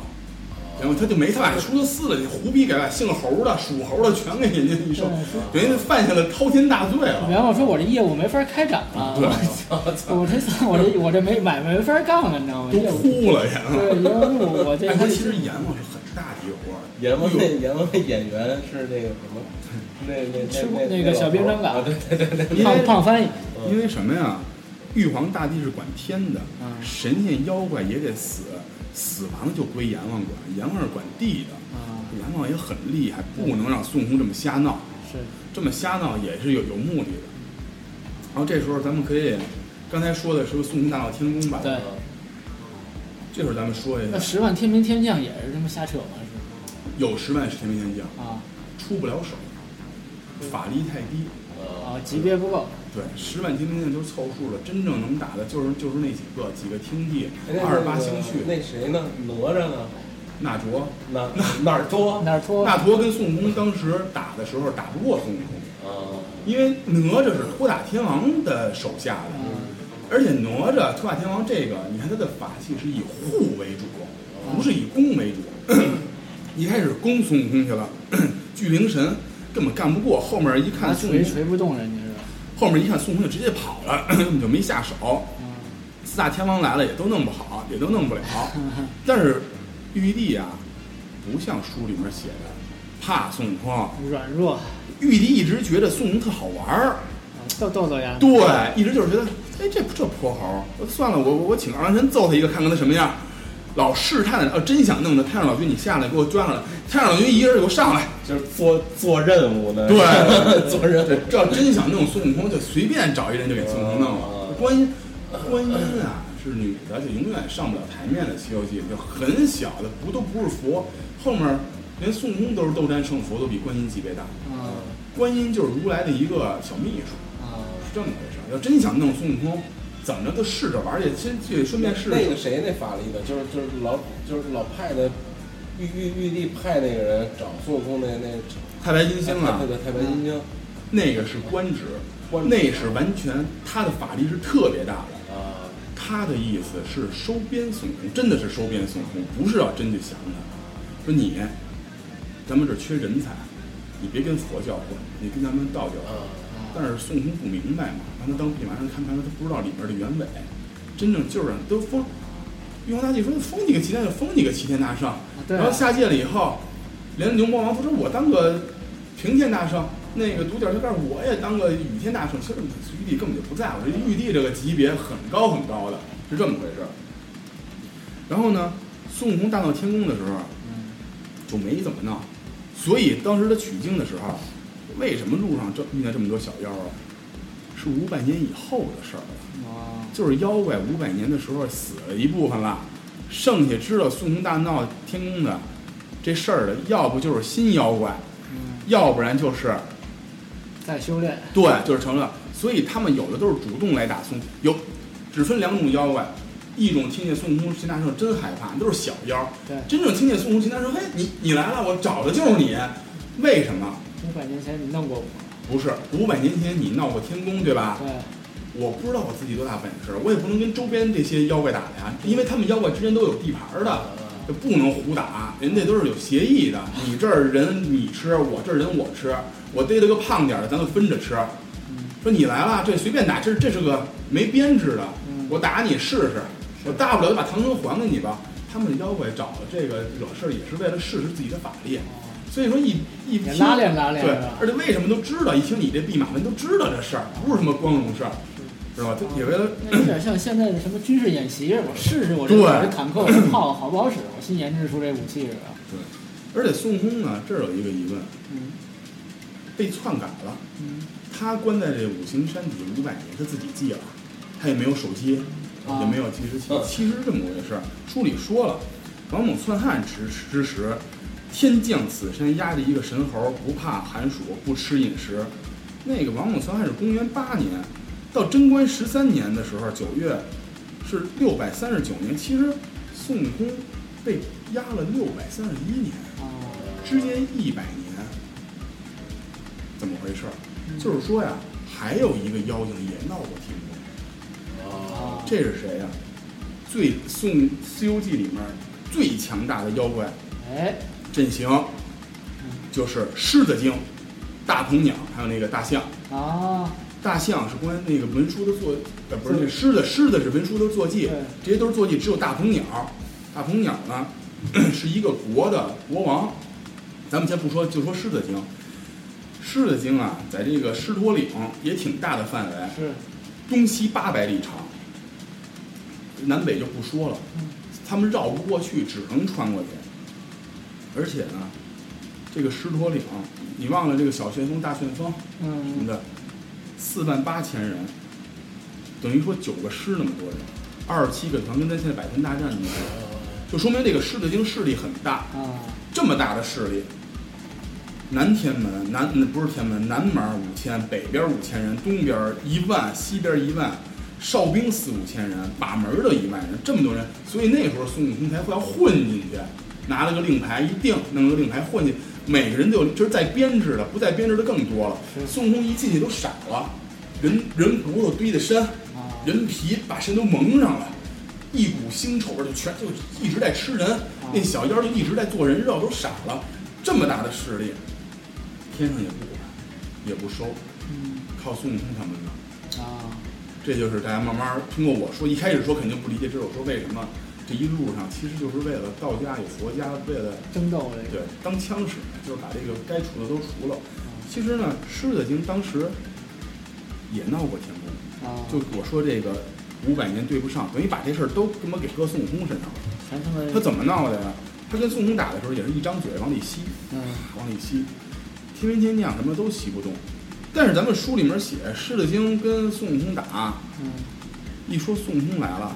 C: 然后他就没他把书都撕了，胡逼给把姓侯的、属猴的全给人家一收，人家犯下了滔天大罪了。
B: 然后说我这业务没法开展了， *laughs*
C: 对，
A: 啊
B: 我这我这我这没买卖没法干了，你知道吗？
C: 都
B: 业务
C: 哭了也。
B: 对，因为我我这
C: 哎，
B: 他
C: 他其实阎王是很大的一个活儿，
A: 阎王那
C: 哎呦
A: 阎王那演员是那个什么？那那
B: 吃
A: 那
B: 那个小兵张嘎
A: 啊对对对对，
C: 因
B: 胖
C: 为
B: 胖翻译，
C: 因为什么呀？玉皇大帝是管天的，
B: 嗯
C: 神仙妖怪也得死，死完了就归阎王管，阎王是管地的。
B: 啊，
C: 阎王也很厉害，不能让孙悟空这么瞎闹，
B: 是，
C: 这么瞎闹也是有有目的的。然后这时候咱们可以，刚才说的是孙悟空大闹天宫吧？
B: 对，
C: 这会儿咱们说一
B: 那
C: 下，
B: 十万天兵天将也是他妈瞎扯嘛，是
C: 有十万天兵天将
B: 吧啊
C: 出不了手，法力太低。
A: 啊
B: 啊，级别不够，
C: 对，十万天兵天将都凑数了，真正能打的就是就是那几个几个听帝
A: 哎那，
C: 二十八
A: 那个
C: 星宿，
A: 那谁呢？哪吒呢？
C: 纳卓。
A: 哪哪儿多？
B: 哪儿拖
C: 纳卓跟孙悟空当时打的时候打不过孙悟空，
A: 啊，
C: 因为哪吒是托塔天王的手下的，
B: 嗯
C: 而且哪吒托塔天王这个，你看他的法器是以护为主，不是以攻为主。 *coughs* 一开始攻孙悟空去了，巨灵神根本干不过，后面一
B: 拿
C: 看孙
B: 锤
C: 悟
B: 锤
C: 空，
B: 不动人家是吧？
C: 后面一看孙悟空就直接跑了，根本就没下手。
B: 嗯
C: 四大天王来了也都弄不好，也都弄不了。但是玉帝啊，不像书里面写的怕孙悟空，
B: 软弱，啊
C: 玉帝一直觉得孙悟空特好玩儿，
B: 豆豆豆呀，
C: 对，一直就是觉得，哎，这这泼猴，算了，我我我请二郎神揍他一个，看看他什么样。老试探，呃，真想弄的太上老君，你下来给我抓上来。太上老君一人给我上来，
A: 就是做做任务的，
C: 对
A: *laughs* 做任务。
C: 这要真想弄孙悟空，就随便找一人就给孙悟空弄
A: 啊
C: 了。观音，观音啊，是女的，就永远上不了台面的《西游记》，就很小的，不都不是佛。后面连孙悟空都是斗战胜佛，都比观音级别大。
B: 嗯
C: 观音就是如来的一个小秘书，
B: 啊，
C: 是这么回事儿。要真想弄孙悟空，怎么着都试着玩儿去，先去顺便试试。
A: 那个谁那法力呢？就是就是老就是老派的玉玉玉帝派那个人找孙悟空那那
C: 太白金星啊
A: 那，个太白金星
C: 那个是官职，
A: 官职
C: 那是完全他的法力是特别大的。
A: 啊，
C: 他的意思是收编孙悟空，真的是收编孙悟空，不是要真去降他。说你，咱们这儿缺人才，你别跟佛教混，你跟咱们道教
A: 啊
C: 混。但是孙悟空不明白嘛，让他当弼马山看盘，他不知道里面的原委。真正就是都封，玉皇大帝说封你个齐天，就封你个齐天大圣。
B: 对啊
C: 然后下界了以后，连牛魔王他说我当个平天大圣，那个独角仙盖儿我也当个雨天大圣。其实玉帝根本就不在乎，这玉帝这个级别很高很高的，是这么回事儿。然后呢，孙悟空大闹天宫的时候，
B: 嗯
C: 就没怎么闹。所以当时他取经的时候，为什么路上这遇见这么多小妖啊？是五百年以后的事儿了，
B: 啊，
C: 就是妖怪五百年的时候死了一部分了，剩下知道孙悟空大闹天宫的这事儿的，要不就是新妖怪，
B: 嗯，
C: 要不然就是
B: 再修炼，
C: 对，就是成了。所以他们有的都是主动来打孙，有只分两种妖怪，一种听见孙悟空擒大圣真害怕，那都是小妖；
B: 对
C: 哎真正听见孙悟空擒大圣，嘿，你你来了，我找的就是你。为什么？
B: 五百年前你弄过我，
C: 不是五百年前你闹过天宫对吧？
B: 对，
C: 我不知道我自己多大本事，我也不能跟周边这些妖怪打呀，因为他们妖怪之间都有地盘的，就不能胡打，人家都是有协议的。你这儿人你吃，我这儿人我吃，我逮了个胖点儿的，咱就分着吃。说你来了，这随便打，这这是个没编制的，
B: 嗯
C: 我打你试试，我大不了就把唐僧还给你吧。他们妖怪找这个惹事儿，也是为了试试自己的法力。所以说一一
B: 也
C: 听
B: 拉练拉练
C: 对
B: 是吧，
C: 而且为什么都知道？一听你这弼马温都知道这事儿，不是什么光荣事儿，知道吧？就也为了
B: 那有点像现在的什么军事演习，我试试我这
C: 对
B: 我这坦克我这炮好不好使，我新研制出这武器是吧？
C: 而且孙悟空呢，这儿有一个疑问，
B: 嗯
C: 被篡改了。
B: 嗯
C: 他关在这五行山底五百年，他自己记了，他也没有手机，
B: 啊
C: 也没有计时器
A: 嗯。
C: 其实是这么回事儿，书里说了，王猛篡汉之之时，天降此山压着一个神猴，不怕寒暑，不吃饮食。那个王猛篡汉是公元八年，到贞观十三年的时候，九月是六百三十九年。其实孙悟空被压了六百三十一年。
B: 啊，
C: 之间一百年，怎么回事儿？就是说呀，还有一个妖精也闹过天宫，
A: 哦，
C: 这是谁呀？最宋《西游记》里面最强大的妖怪
B: 哎，
C: 阵型，就是狮子精、大鹏鸟，还有那个大象。
B: 啊，
C: 大象是关于那个文殊的坐，呃，不是那狮子，狮子是文殊的坐骑
B: 对，
C: 这些都是坐骑，只有大鹏鸟，大鹏鸟呢 *clears throat* 是一个国的国王。咱们先不说，就说狮子精，狮子精啊，在这个狮驼岭也挺大的范围，
B: 是
C: 东西八百里长，南北就不说了，他们绕不过去，只能穿过去。而且呢，这个狮驼岭，你忘了这个小旋风、大旋风，什么
B: 嗯
C: 的，四万八千人，等于说九个师那么多人，二十七个团，跟咱现在百团大战那么多，就说明这个狮子精势力很大。
B: 啊，
C: 这么大的势力，南天门南嗯不是天门，南门五千，北边五千人，东边一万，西边一万，哨兵四五千人，把门的一万人，这么多人，所以那时候孙悟空才会要混进去，拿了个令牌一定弄了个令牌混进去，每个人都有就是在编制的，不在编制的更多了。孙悟空一进去都傻了，人人骨头堆的山，人皮把身都蒙上了。一股腥臭味儿就全就一直在吃人，那小妖就一直在做人肉，都傻了。这么大的势力，天上也不管，也不收，
B: 嗯
C: 靠孙悟空他们呢。
B: 啊，
C: 这就是大家慢慢通过我说，一开始说肯定不理解，这是我说为什么这一路上其实就是为了道家与佛家，为了
B: 争斗这个，
C: 对当枪使，就是把这个该除的都除了。其实呢，狮子精当时也闹过天宫。
B: 啊，
C: 就我说这个五百年对不上，等于把这事儿都他妈给搁孙悟空身上了。
B: 全他妈
C: 他怎么闹的呀？他跟孙悟空打的时候也是一张嘴往里吸，
B: 嗯
C: 往里吸，天兵天将什么都吸不动。但是咱们书里面写狮子精跟孙悟空打，
B: 嗯
C: 一说孙悟空来了，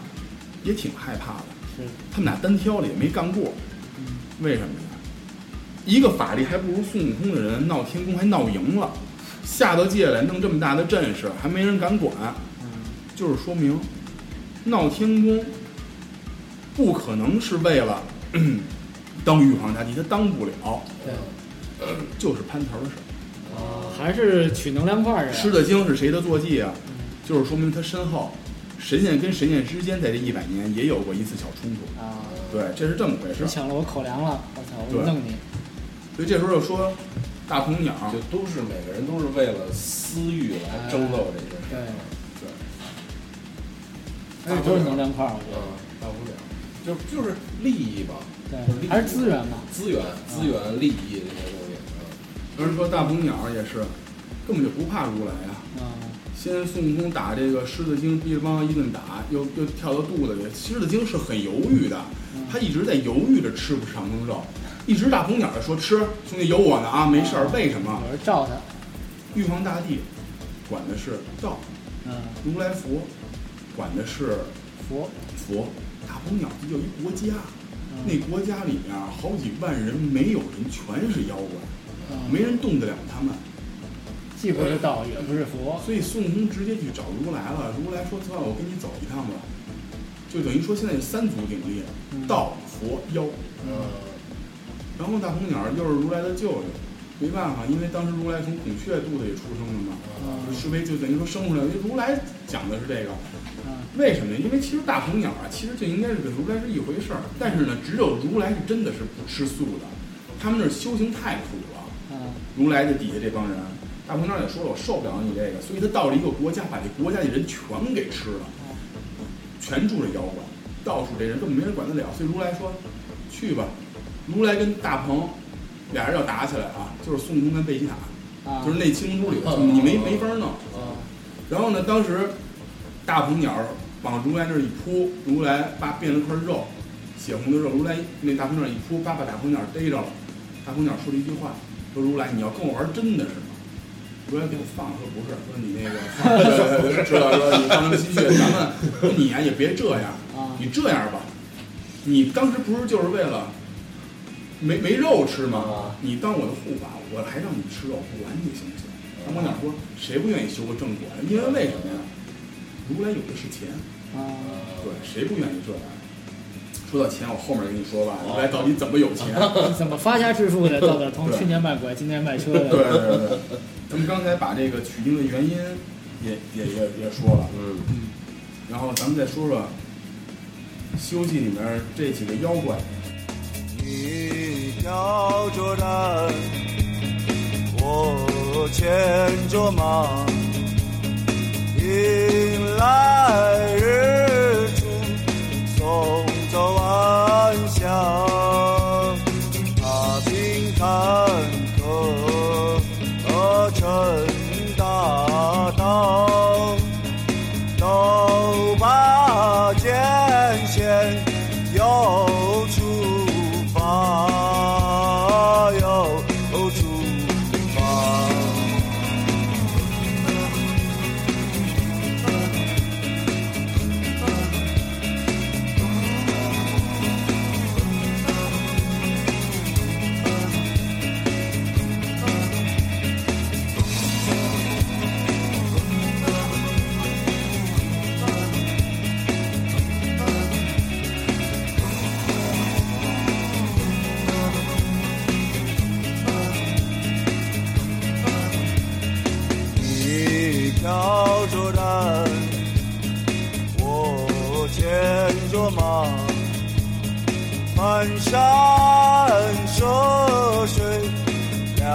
C: 也挺害怕的。
B: 是
C: 他们俩单挑了也没干过，
B: 嗯
C: 为什么呀？一个法力还不如孙悟空的人闹天宫还闹赢了，下到界来弄这么大的阵势还没人敢管，
B: 嗯
C: 就是说明闹天宫不可能是为了 *clears throat* 当玉皇大帝，他当不了，
B: 对，
C: 就是蟠桃的事儿。
B: 啊，还是取能量块儿啊
C: 狮
B: 的，
C: 子精是谁的坐骑啊？
B: 嗯
C: 就是说明他身后神仙跟神仙之间在这一百年也有过一次小冲突。
B: 啊，
C: 对，这是这么回事
B: 你
C: 儿。
B: 抢了我口粮了，我操，我
C: 对
B: 弄你，
C: 所以这时候就说大鹏鸟，
A: 就都是每个人都是为了私欲来争斗这件事。
B: 对，而且啊
C: 对，哎
B: 哎都是能量块儿，我觉
A: 嗯
B: 得，，
A: 大不了，就就是利益吧，
C: 嗯
A: 就是利益
B: 对，还是资源嘛，
A: 资源、资源、利益这些东西。嗯
C: 有人说大鹏鸟也是根本就不怕如来啊。
B: 嗯。
C: 先孙悟空打这个狮子精，乒乓一顿打，又又跳到肚子里。狮子精是很犹豫的，
B: 嗯
C: 他一直在犹豫着吃不吃长生肉，一直大鹏鸟儿说吃，兄弟有我呢啊，没事儿。为什么？
B: 有人罩他，
C: 玉皇大帝管的是道，
B: 嗯，
C: 如来佛管的是
B: 佛，
C: 佛，大鹏鸟有一国家，
B: 嗯
C: 那国家里面好几万人，没有人全是妖怪，
B: 嗯
C: 没人动得了他们。
B: 既不是道，也不是佛，
C: 所以孙悟空直接去找如来了，如来说：“算了，我跟你走一趟吧。”就等于说现在有三足鼎立
B: 嗯，
C: 道、佛、妖。
A: 嗯，
C: 然后大鹏鸟又是如来的舅舅，没办法，因为当时如来从孔雀肚子里出生的嘛，
B: 嗯
C: 是为就等于说生出来，因为如来讲的是这个，
B: 嗯
C: 为什么呢？因为其实大鹏鸟啊，其实这应该是跟如来是一回事儿，但是呢，只有如来是真的是不吃素的，他们那儿修行太苦了。
B: 嗯
C: 如来的底下这帮人，大鹏鸟也说了，我受不了你这个，所以他到了一个国家，把这国家的人全给吃了，全住着妖怪，到处这人根本没人管得了。所以如来说，去吧。如来跟大鹏俩人要打起来啊，就是孙悟空跟贝吉塔，
B: 啊，
C: 就是那青龙珠里头，
A: 啊
C: 你没没法弄。
A: 啊，
C: 然后呢，当时大鹏鸟往如来那儿一扑，如来叭变了块肉，血红的肉。如来那大鹏鸟一扑，叭把大鹏鸟逮着了。大鹏鸟说了一句话，说如来你要跟我玩真的是吗？如来给我放了，说不是，说你那个放了知道说你放了心血，咱们说你呀、也别这样，
B: 啊
C: 你这样吧，你当时不是就是为了没没肉吃吗
A: 啊？
C: 你当我的护法，我还让你吃肉，不管你行不行？大鹏鸟说，谁不愿意修个正果呀？因为为什么呀？如来有的是钱，
B: 啊
C: 对，谁不愿意这样？说到钱，我后面跟你说吧，如来到底怎么有钱？
B: 怎么发家致富的？到底从去年卖拐，今年卖车
C: 对对
B: 的？
C: 对对，咱们刚才把这个取经的原因也也也也说了，
A: 嗯，
C: 然后咱们再说说《西游记》里面这几个妖怪，
E: 你挑着担，我牵着马，迎来日出，送走晚霞。踏平坎坷，乘大道。走吧，艰险又出发，又出发。你挑着担，我牵着马，蹒跚涉水，两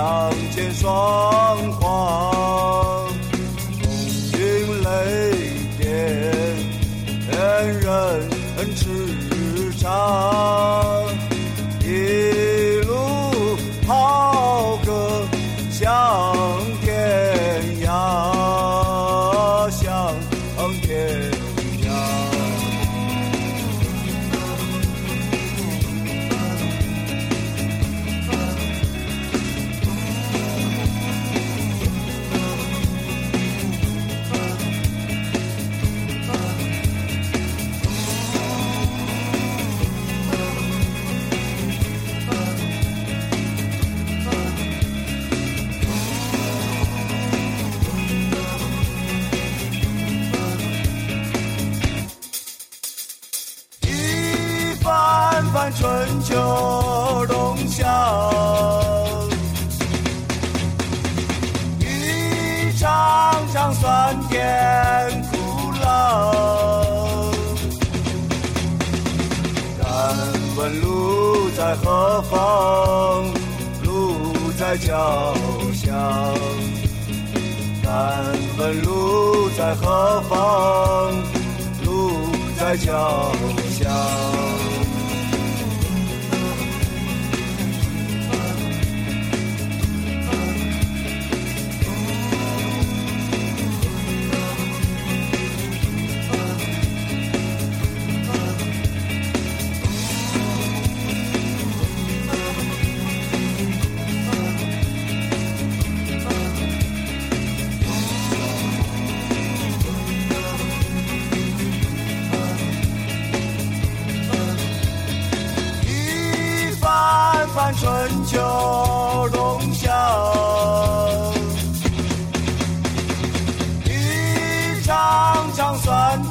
E: 肩霜华，风云雷电，人叱咤。一路浩歌向天涯，向天涯。一番番春秋冬夏，一场场酸甜苦辣。敢问路在何方？路在脚下。敢问路在何方？路在脚下。一番番春秋冬夏，一场场酸